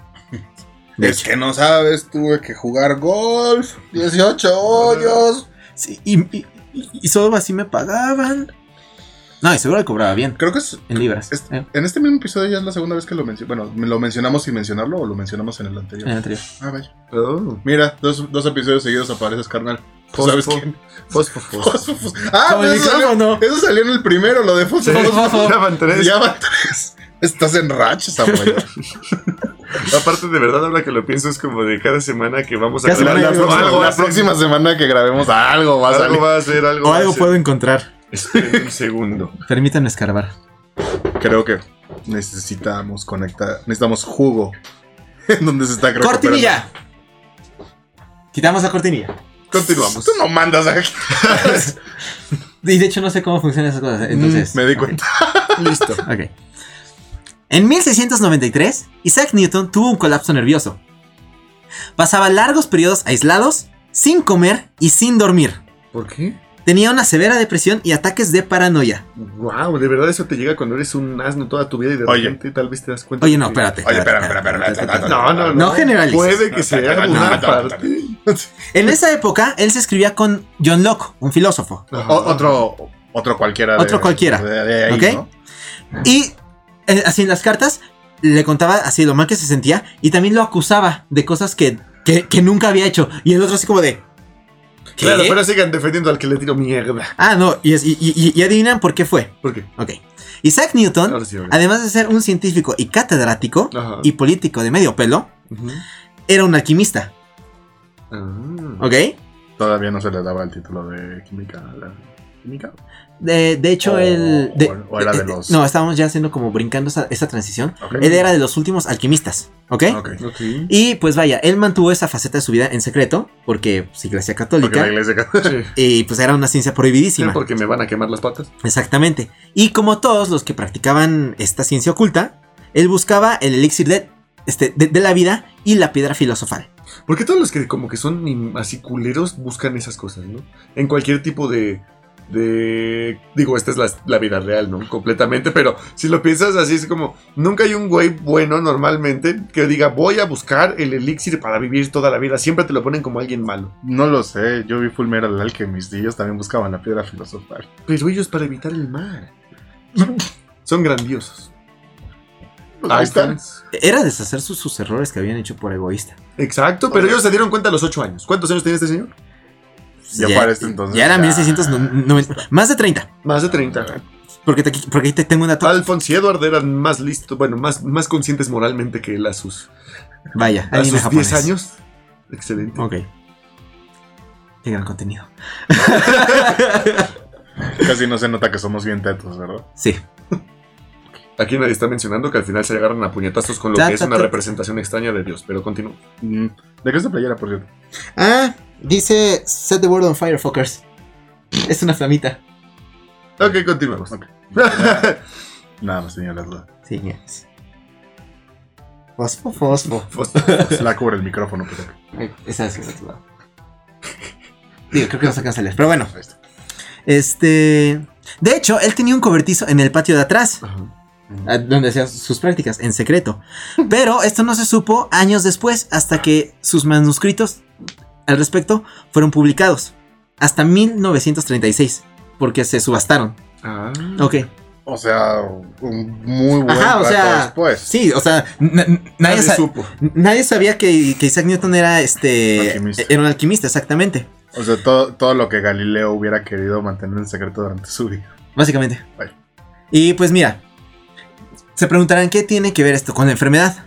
Speaker 2: De
Speaker 3: es
Speaker 2: hecho.
Speaker 3: que no sabes, tuve que jugar golf. 18 hoyos.
Speaker 2: Sí, y, y- y- y solo así me pagaban. No, y seguro le cobraba bien,
Speaker 3: Creo que es-
Speaker 2: en libras.
Speaker 3: Este-
Speaker 2: eh,
Speaker 3: en este mismo episodio ya es la segunda vez que lo mencionamos. Bueno, ¿lo mencionamos sin mencionarlo o lo mencionamos en el
Speaker 2: en
Speaker 3: anterior?
Speaker 2: el anterior.
Speaker 3: Ah, vaya.
Speaker 1: Oh,
Speaker 3: Mira, dos, dos episodios seguidos apareces, carnal. ¿Tú
Speaker 1: Fosfo.
Speaker 3: ¿Sabes quién?
Speaker 1: fosfo, fosfo.
Speaker 3: Fosfo, fosfo. Ah,
Speaker 2: Como
Speaker 3: pero
Speaker 2: el
Speaker 3: eso salió,
Speaker 2: micrófono.
Speaker 3: eso salió en el primero, lo de
Speaker 1: Sí,
Speaker 3: Fosfo.
Speaker 1: ya van tres.
Speaker 3: Ya va tres. Estás en racha, Samuel.
Speaker 1: Aparte, de verdad, ahora que lo pienso, es como de cada semana que vamos a
Speaker 2: Cada
Speaker 1: grabar
Speaker 2: semana
Speaker 3: la,
Speaker 2: que
Speaker 1: algo,
Speaker 2: vamos a
Speaker 1: algo
Speaker 3: próxima, la
Speaker 1: hacen.
Speaker 3: próxima semana que grabemos algo va a
Speaker 1: Algo
Speaker 3: salir.
Speaker 1: va a hacer, algo
Speaker 2: O
Speaker 1: va a
Speaker 2: algo
Speaker 1: hacer.
Speaker 2: puedo encontrar.
Speaker 1: Esperen un segundo.
Speaker 2: Permítanme escarbar.
Speaker 3: Creo que necesitamos conectar, necesitamos jugo. En donde se está recuperando.
Speaker 2: ¡Cortinilla! Quitamos la cortinilla.
Speaker 1: Continuamos.
Speaker 3: Tú no mandas aquí.
Speaker 2: Y de hecho no sé cómo funcionan esas cosas. Entonces.
Speaker 3: Mm, me di
Speaker 2: ok,
Speaker 3: cuenta.
Speaker 1: Listo.
Speaker 2: Ok. En 1693, Isaac Newton tuvo un colapso nervioso. Pasaba largos periodos aislados, sin comer y sin dormir.
Speaker 1: ¿Por qué?
Speaker 2: Tenía una severa depresión y ataques de paranoia.
Speaker 1: Wow, de verdad eso te llega cuando eres un asno toda tu vida y de
Speaker 3: Oye.
Speaker 1: repente tal vez te das cuenta.
Speaker 2: Oye,
Speaker 1: de
Speaker 2: no,
Speaker 1: que-
Speaker 2: espérate.
Speaker 3: Oye, espera, espera, espera, espera, espera.
Speaker 1: No, no, no.
Speaker 2: No generalices.
Speaker 1: Puede que sea
Speaker 3: No,
Speaker 1: una
Speaker 3: no, no, no, no.
Speaker 1: parte.
Speaker 2: En esa época, él se escribía con John Locke, un filósofo.
Speaker 1: Ajá.
Speaker 3: O- otro, otro cualquiera. de-
Speaker 2: Otro cualquiera.
Speaker 3: de- de ahí,
Speaker 2: ¿Ok?
Speaker 3: ¿no?
Speaker 2: Y eh, así en las cartas le contaba así lo mal que se sentía y también lo acusaba de cosas que, que, que nunca había hecho. Y el otro así como de... ¿qué?
Speaker 1: Claro, pero sigan defendiendo al que le tiro mierda.
Speaker 2: Ah, no, y, es- y- y- y adivinan por qué fue.
Speaker 1: ¿Por qué?
Speaker 2: Ok. Isaac Newton,
Speaker 1: Ahora sí, ahora sí.
Speaker 2: además de ser un científico y catedrático
Speaker 1: Ajá.
Speaker 2: Ah, y político de medio pelo,
Speaker 1: Ujú.
Speaker 2: era un alquimista,
Speaker 1: Ah.
Speaker 2: ¿ok?
Speaker 3: Todavía no se le daba el título de química. a la- ¿Química?
Speaker 2: De, de hecho,
Speaker 3: O-
Speaker 2: él... de- eh,
Speaker 3: o- o Oh, era de los-
Speaker 2: No, estábamos ya haciendo como brincando esa, esa transición.
Speaker 3: Ok.
Speaker 2: Él era de los últimos alquimistas, ¿ok?
Speaker 3: Ok.
Speaker 1: Ok.
Speaker 2: ¿Eh? Y pues vaya, él mantuvo esa faceta de su vida en secreto, porque pues, iglesia
Speaker 3: Porque
Speaker 2: católica,
Speaker 3: la iglesia
Speaker 1: Sí.
Speaker 2: y pues era una ciencia
Speaker 1: Sí,
Speaker 2: prohibidísima.
Speaker 1: porque me van a quemar las patas.
Speaker 2: Exactamente. Y como todos los que practicaban esta ciencia oculta, él buscaba el elixir de, este, de, de la vida y la piedra filosofal.
Speaker 1: ¿Por qué todos los que como que son im- así culeros buscan esas cosas, no? En cualquier tipo de... de digo, esta es la, la vida real, ¿no? Completamente, pero si lo piensas así es como... Nunca hay un güey bueno normalmente que diga voy a buscar el elixir para vivir toda la vida. Siempre te lo ponen como alguien malo.
Speaker 3: No lo sé, yo vi Full Metal Alchemist y ellos también buscaban la piedra filosofal.
Speaker 1: Pero ellos para evitar el mal. Son grandiosos.
Speaker 3: Pues ahí está.
Speaker 1: iPhones.
Speaker 2: Era deshacer sus, sus errores que habían hecho por egoísta.
Speaker 1: Exacto, pero ellos se dieron cuenta a los 8 años. ¿Cuántos años tiene este señor?
Speaker 3: Ya para este entonces,
Speaker 2: Ya era
Speaker 3: ya.
Speaker 2: 1690. Más de 30.
Speaker 1: Más de 30.
Speaker 2: Porque, te, porque ahí te tengo un dato.
Speaker 1: Alphonse y Edward eran más listos, bueno, más, más conscientes moralmente que él a sus,
Speaker 2: Vaya,
Speaker 1: a
Speaker 2: anime
Speaker 1: sus 10
Speaker 2: japonés.
Speaker 1: años. Excelente.
Speaker 2: Ok. Qué gran contenido.
Speaker 3: Casi no se nota que somos bien tetos, ¿verdad?
Speaker 2: Sí.
Speaker 1: Aquí nadie está mencionando que al final se agarran a puñetazos con lo
Speaker 2: Ta,
Speaker 1: que es
Speaker 2: ta,
Speaker 1: una
Speaker 2: ta.
Speaker 1: representación extraña de Dios, pero continúa.
Speaker 3: Mm. ¿De qué es la playera, por cierto?
Speaker 2: Ah, dice Set the World on Fire, fuckers. Es una flamita.
Speaker 1: Ok, continuamos.
Speaker 3: Ok. Nada-
Speaker 1: Pues,
Speaker 3: Nada más tenía la duda.
Speaker 2: Sí, es. Fosfo, fosfo.
Speaker 1: Fos-
Speaker 3: Se la cubre el micrófono, por favor.
Speaker 2: Ay, Esa es la lado. Digo, creo que nos alcanza a leer. Pero bueno,
Speaker 3: Ahí está.
Speaker 2: este. De hecho, él tenía un cobertizo en el patio de atrás,
Speaker 1: Ajá.
Speaker 2: a- donde hacía sus prácticas en secreto. Pero esto no se supo años después, hasta que sus manuscritos al respecto fueron publicados. Hasta 1936, porque se subastaron.
Speaker 1: Ah.
Speaker 2: Ok.
Speaker 3: O sea, un muy buen
Speaker 2: Ajá, o
Speaker 3: rato
Speaker 2: sea,
Speaker 3: después.
Speaker 2: Sí, o sea, na- na- nadie,
Speaker 1: Nadie
Speaker 2: sa-
Speaker 1: supo.
Speaker 2: nadie sabía que, que Isaac Newton era este.
Speaker 3: Alquimista.
Speaker 2: Era un alquimista, exactamente.
Speaker 3: O sea, todo, todo lo que Galileo hubiera querido mantener en secreto durante su vida.
Speaker 2: Básicamente.
Speaker 3: Vale.
Speaker 2: Y pues mira, se preguntarán qué tiene que ver esto con la enfermedad.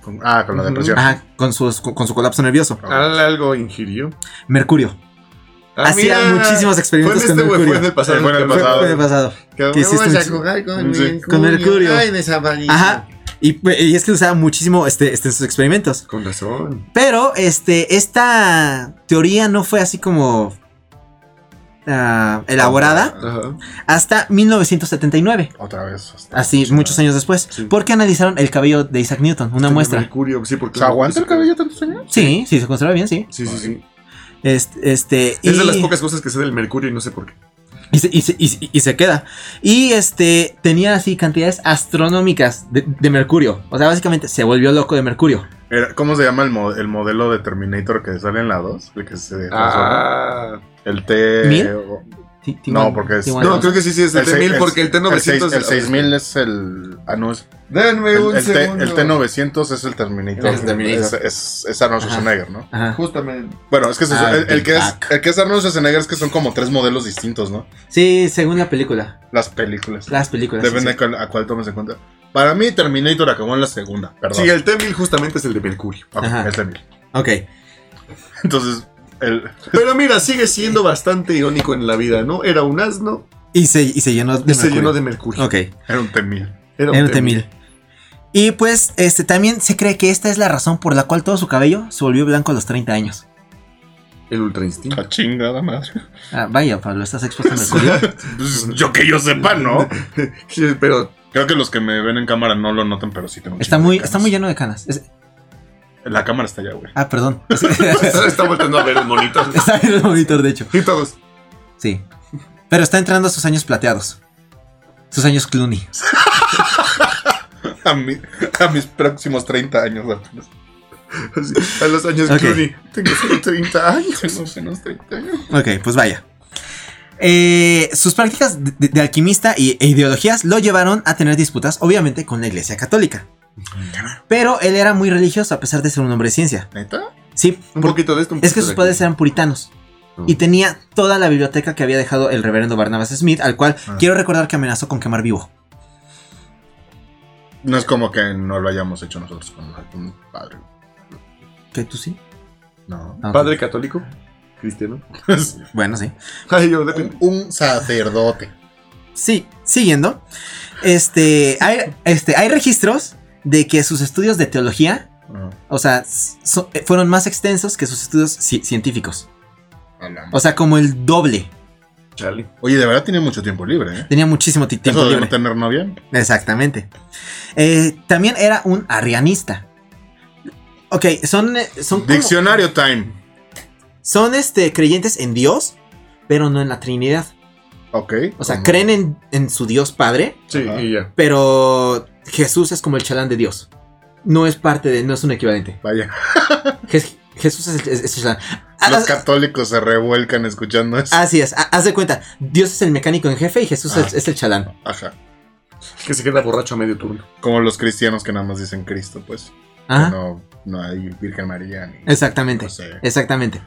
Speaker 3: Con- ah, con la
Speaker 1: Ujú.
Speaker 3: depresión.
Speaker 2: Ajá, con su, con su colapso nervioso.
Speaker 1: Al- Algo ingirió.
Speaker 2: Mercurio.
Speaker 1: Ah,
Speaker 2: Hacía
Speaker 1: mira,
Speaker 2: muchísimos
Speaker 1: Fue en
Speaker 2: experimentos
Speaker 1: este
Speaker 2: con
Speaker 1: güey,
Speaker 2: mercurio.
Speaker 1: fue en el pasado.
Speaker 3: Eh, fue en el
Speaker 1: Fue-
Speaker 3: pasado.
Speaker 2: Fue en el pasado.
Speaker 1: Que
Speaker 2: Que hiciste
Speaker 1: vamos a
Speaker 2: un-
Speaker 1: jugar con
Speaker 3: Sí.
Speaker 1: Mercurio.
Speaker 2: Con Mercurio.
Speaker 1: Ay, desapareció.
Speaker 2: Ajá. Y, pues, y es que usaba muchísimo este, este, sus experimentos.
Speaker 1: Con razón.
Speaker 2: Pero este, esta teoría no fue así como ah, elaborada
Speaker 1: Ajá.
Speaker 2: hasta 1979.
Speaker 3: Otra vez. hasta-
Speaker 2: Así, muchos años después.
Speaker 1: Sí. Este
Speaker 2: Porque analizaron el cabello de Isaac Newton, una
Speaker 1: Tenía
Speaker 2: muestra.
Speaker 1: Mercurio, sí, porque.
Speaker 3: ¿Se aguanta el cabello este tantos años?
Speaker 2: Sí, sí, se conserva bien, sí.
Speaker 1: Sí, sí, sí.
Speaker 2: Este, este,
Speaker 1: Es de las pocas cosas que sé del mercurio y no sé por qué.
Speaker 2: y se, y se- y se- y se queda. Y este tenía así cantidades astronómicas de, de mercurio. O sea, básicamente se volvió loco de mercurio.
Speaker 3: Era- ¿Cómo se llama el, mo- el modelo de Terminator que sale en la 2? El que se transforma.
Speaker 1: Ah.
Speaker 3: El T.
Speaker 2: ¿Mil?
Speaker 3: o-
Speaker 2: Ti- ti-
Speaker 3: No,
Speaker 2: man-
Speaker 3: porque es-
Speaker 2: ti- man-
Speaker 1: No, creo que sí, sí, es el
Speaker 3: seis-
Speaker 1: T1000 porque el
Speaker 3: el seis-
Speaker 1: T900.
Speaker 3: El 6000 es el. Ah, no, es-
Speaker 1: Denme
Speaker 3: El,
Speaker 1: un
Speaker 3: el T,
Speaker 1: segundo.
Speaker 3: el T900 es el Terminator.
Speaker 2: Es el Terminator.
Speaker 3: Es, es- es Arnold
Speaker 2: Ajá.
Speaker 3: Schwarzenegger, ¿no?
Speaker 2: Ajá.
Speaker 1: Justamente.
Speaker 3: Bueno, es que, se-
Speaker 2: Ah,
Speaker 3: el, el que es,
Speaker 2: Tupac.
Speaker 3: el que es Arnold Schwarzenegger es que son como tres modelos distintos, ¿no?
Speaker 2: Sí, según la película.
Speaker 3: Las películas.
Speaker 2: Las películas.
Speaker 3: Depende
Speaker 2: sí,
Speaker 3: a cuál- a cuál tomes en cuenta. Para mí, Terminator acabó en la segunda, perdón.
Speaker 1: Sí, el T1000 justamente es el de mercurio.
Speaker 3: Ok,
Speaker 2: Ajá.
Speaker 3: es de mil.
Speaker 2: sí. Ok.
Speaker 3: Entonces, el,
Speaker 1: Pero mira, sigue siendo bastante irónico en la vida, ¿no? Era un asno
Speaker 2: Y se, y se llenó de
Speaker 1: y se
Speaker 2: mercurio.
Speaker 1: llenó de mercurio.
Speaker 2: Ok.
Speaker 3: era un T1000.
Speaker 1: Era
Speaker 2: Era un T-1000. Y pues, este, también se cree que esta es la razón por la cual todo su cabello se volvió blanco a los 30 años.
Speaker 1: El ultra instinto.
Speaker 3: La chingada madre.
Speaker 2: Ah, vaya, Pablo, estás expuesto a mercurio.
Speaker 3: Pues, yo que yo sepa, ¿no?
Speaker 1: Sí, Pero
Speaker 3: Creo que los que me ven en cámara no lo notan, pero sí tengo un
Speaker 2: Está
Speaker 3: chingo de
Speaker 2: muy,
Speaker 3: canas.
Speaker 2: está muy lleno de canas. Es-
Speaker 3: La cámara está allá, güey.
Speaker 2: ah, perdón.
Speaker 1: está volteando a ver el monitor.
Speaker 2: Está en el monitor, de hecho.
Speaker 1: Y todos.
Speaker 2: Sí. Pero está entrando a sus años plateados. Sus años Clooney.
Speaker 3: A, mí- a mis próximos 30 años apenas.
Speaker 1: así, A los años
Speaker 2: Ok.
Speaker 1: Clooney. Tengo solo 30 años.
Speaker 3: Tengo menos 30 años.
Speaker 2: Ok, pues vaya. Eh, sus prácticas de, de- de alquimista y, e ideologías lo llevaron a tener disputas, obviamente, con la iglesia católica. Pero él era muy religioso a pesar de ser un hombre de ciencia.
Speaker 3: ¿Neta?
Speaker 2: Sí,
Speaker 1: Un
Speaker 2: por-
Speaker 1: poquito de esto. un
Speaker 2: es que
Speaker 1: poquito
Speaker 2: sus
Speaker 1: de
Speaker 2: padres
Speaker 1: aquello.
Speaker 2: eran puritanos.
Speaker 1: Mm.
Speaker 2: Y tenía toda la biblioteca que había dejado el reverendo Barnabas Smith, al cual
Speaker 3: Ah.
Speaker 2: quiero recordar que amenazó con quemar vivo.
Speaker 3: No es como que no lo hayamos hecho nosotros con algún padre.
Speaker 2: ¿Qué tú sí?
Speaker 3: No.
Speaker 2: Ah, ok.
Speaker 1: Padre católico. Cristiano.
Speaker 2: Bueno, sí.
Speaker 1: Ay, yo
Speaker 3: un,
Speaker 1: depende.
Speaker 3: un sacerdote.
Speaker 2: Sí, siguiendo. Este hay, este, hay registros de que sus estudios de teología, o sea, s- so- eh, fueron más extensos que sus estudios ci- científicos.
Speaker 3: A la
Speaker 2: O sea, como el doble.
Speaker 1: Chale.
Speaker 3: Oye, de verdad tiene mucho tiempo libre, ¿eh?
Speaker 2: Tenía muchísimo ti- tiempo
Speaker 3: Eso de
Speaker 2: libre.
Speaker 3: no tener novia.
Speaker 2: Exactamente. Eh, también era un arrianista. Ok, son, eh, son, como-
Speaker 3: Diccionario time.
Speaker 2: son este, creyentes en Dios, pero no en la Trinidad.
Speaker 3: Ok.
Speaker 2: O sea,
Speaker 3: Como-
Speaker 2: creen en, en su Dios Padre,
Speaker 1: Sí,
Speaker 3: Ajá.
Speaker 1: y ya.
Speaker 2: pero Jesús es como el chalán de Dios. No es parte de, no es un equivalente.
Speaker 3: Vaya,
Speaker 2: Je- Jesús es el, es- es el chalán. Ah,
Speaker 3: los
Speaker 2: ah,
Speaker 3: católicos se revuelcan escuchando eso.
Speaker 2: así es, ah, haz de cuenta, Dios es el mecánico en jefe y Jesús
Speaker 3: Ah.
Speaker 2: es, es el chalán.
Speaker 3: Ajá.
Speaker 1: Que se queda borracho a medio turno.
Speaker 3: Como los cristianos que nada más dicen Cristo, pues.
Speaker 2: Ajá.
Speaker 3: No, no hay Virgen María ni.
Speaker 2: Ah. Exactamente.
Speaker 3: no sé.
Speaker 2: Exactamente.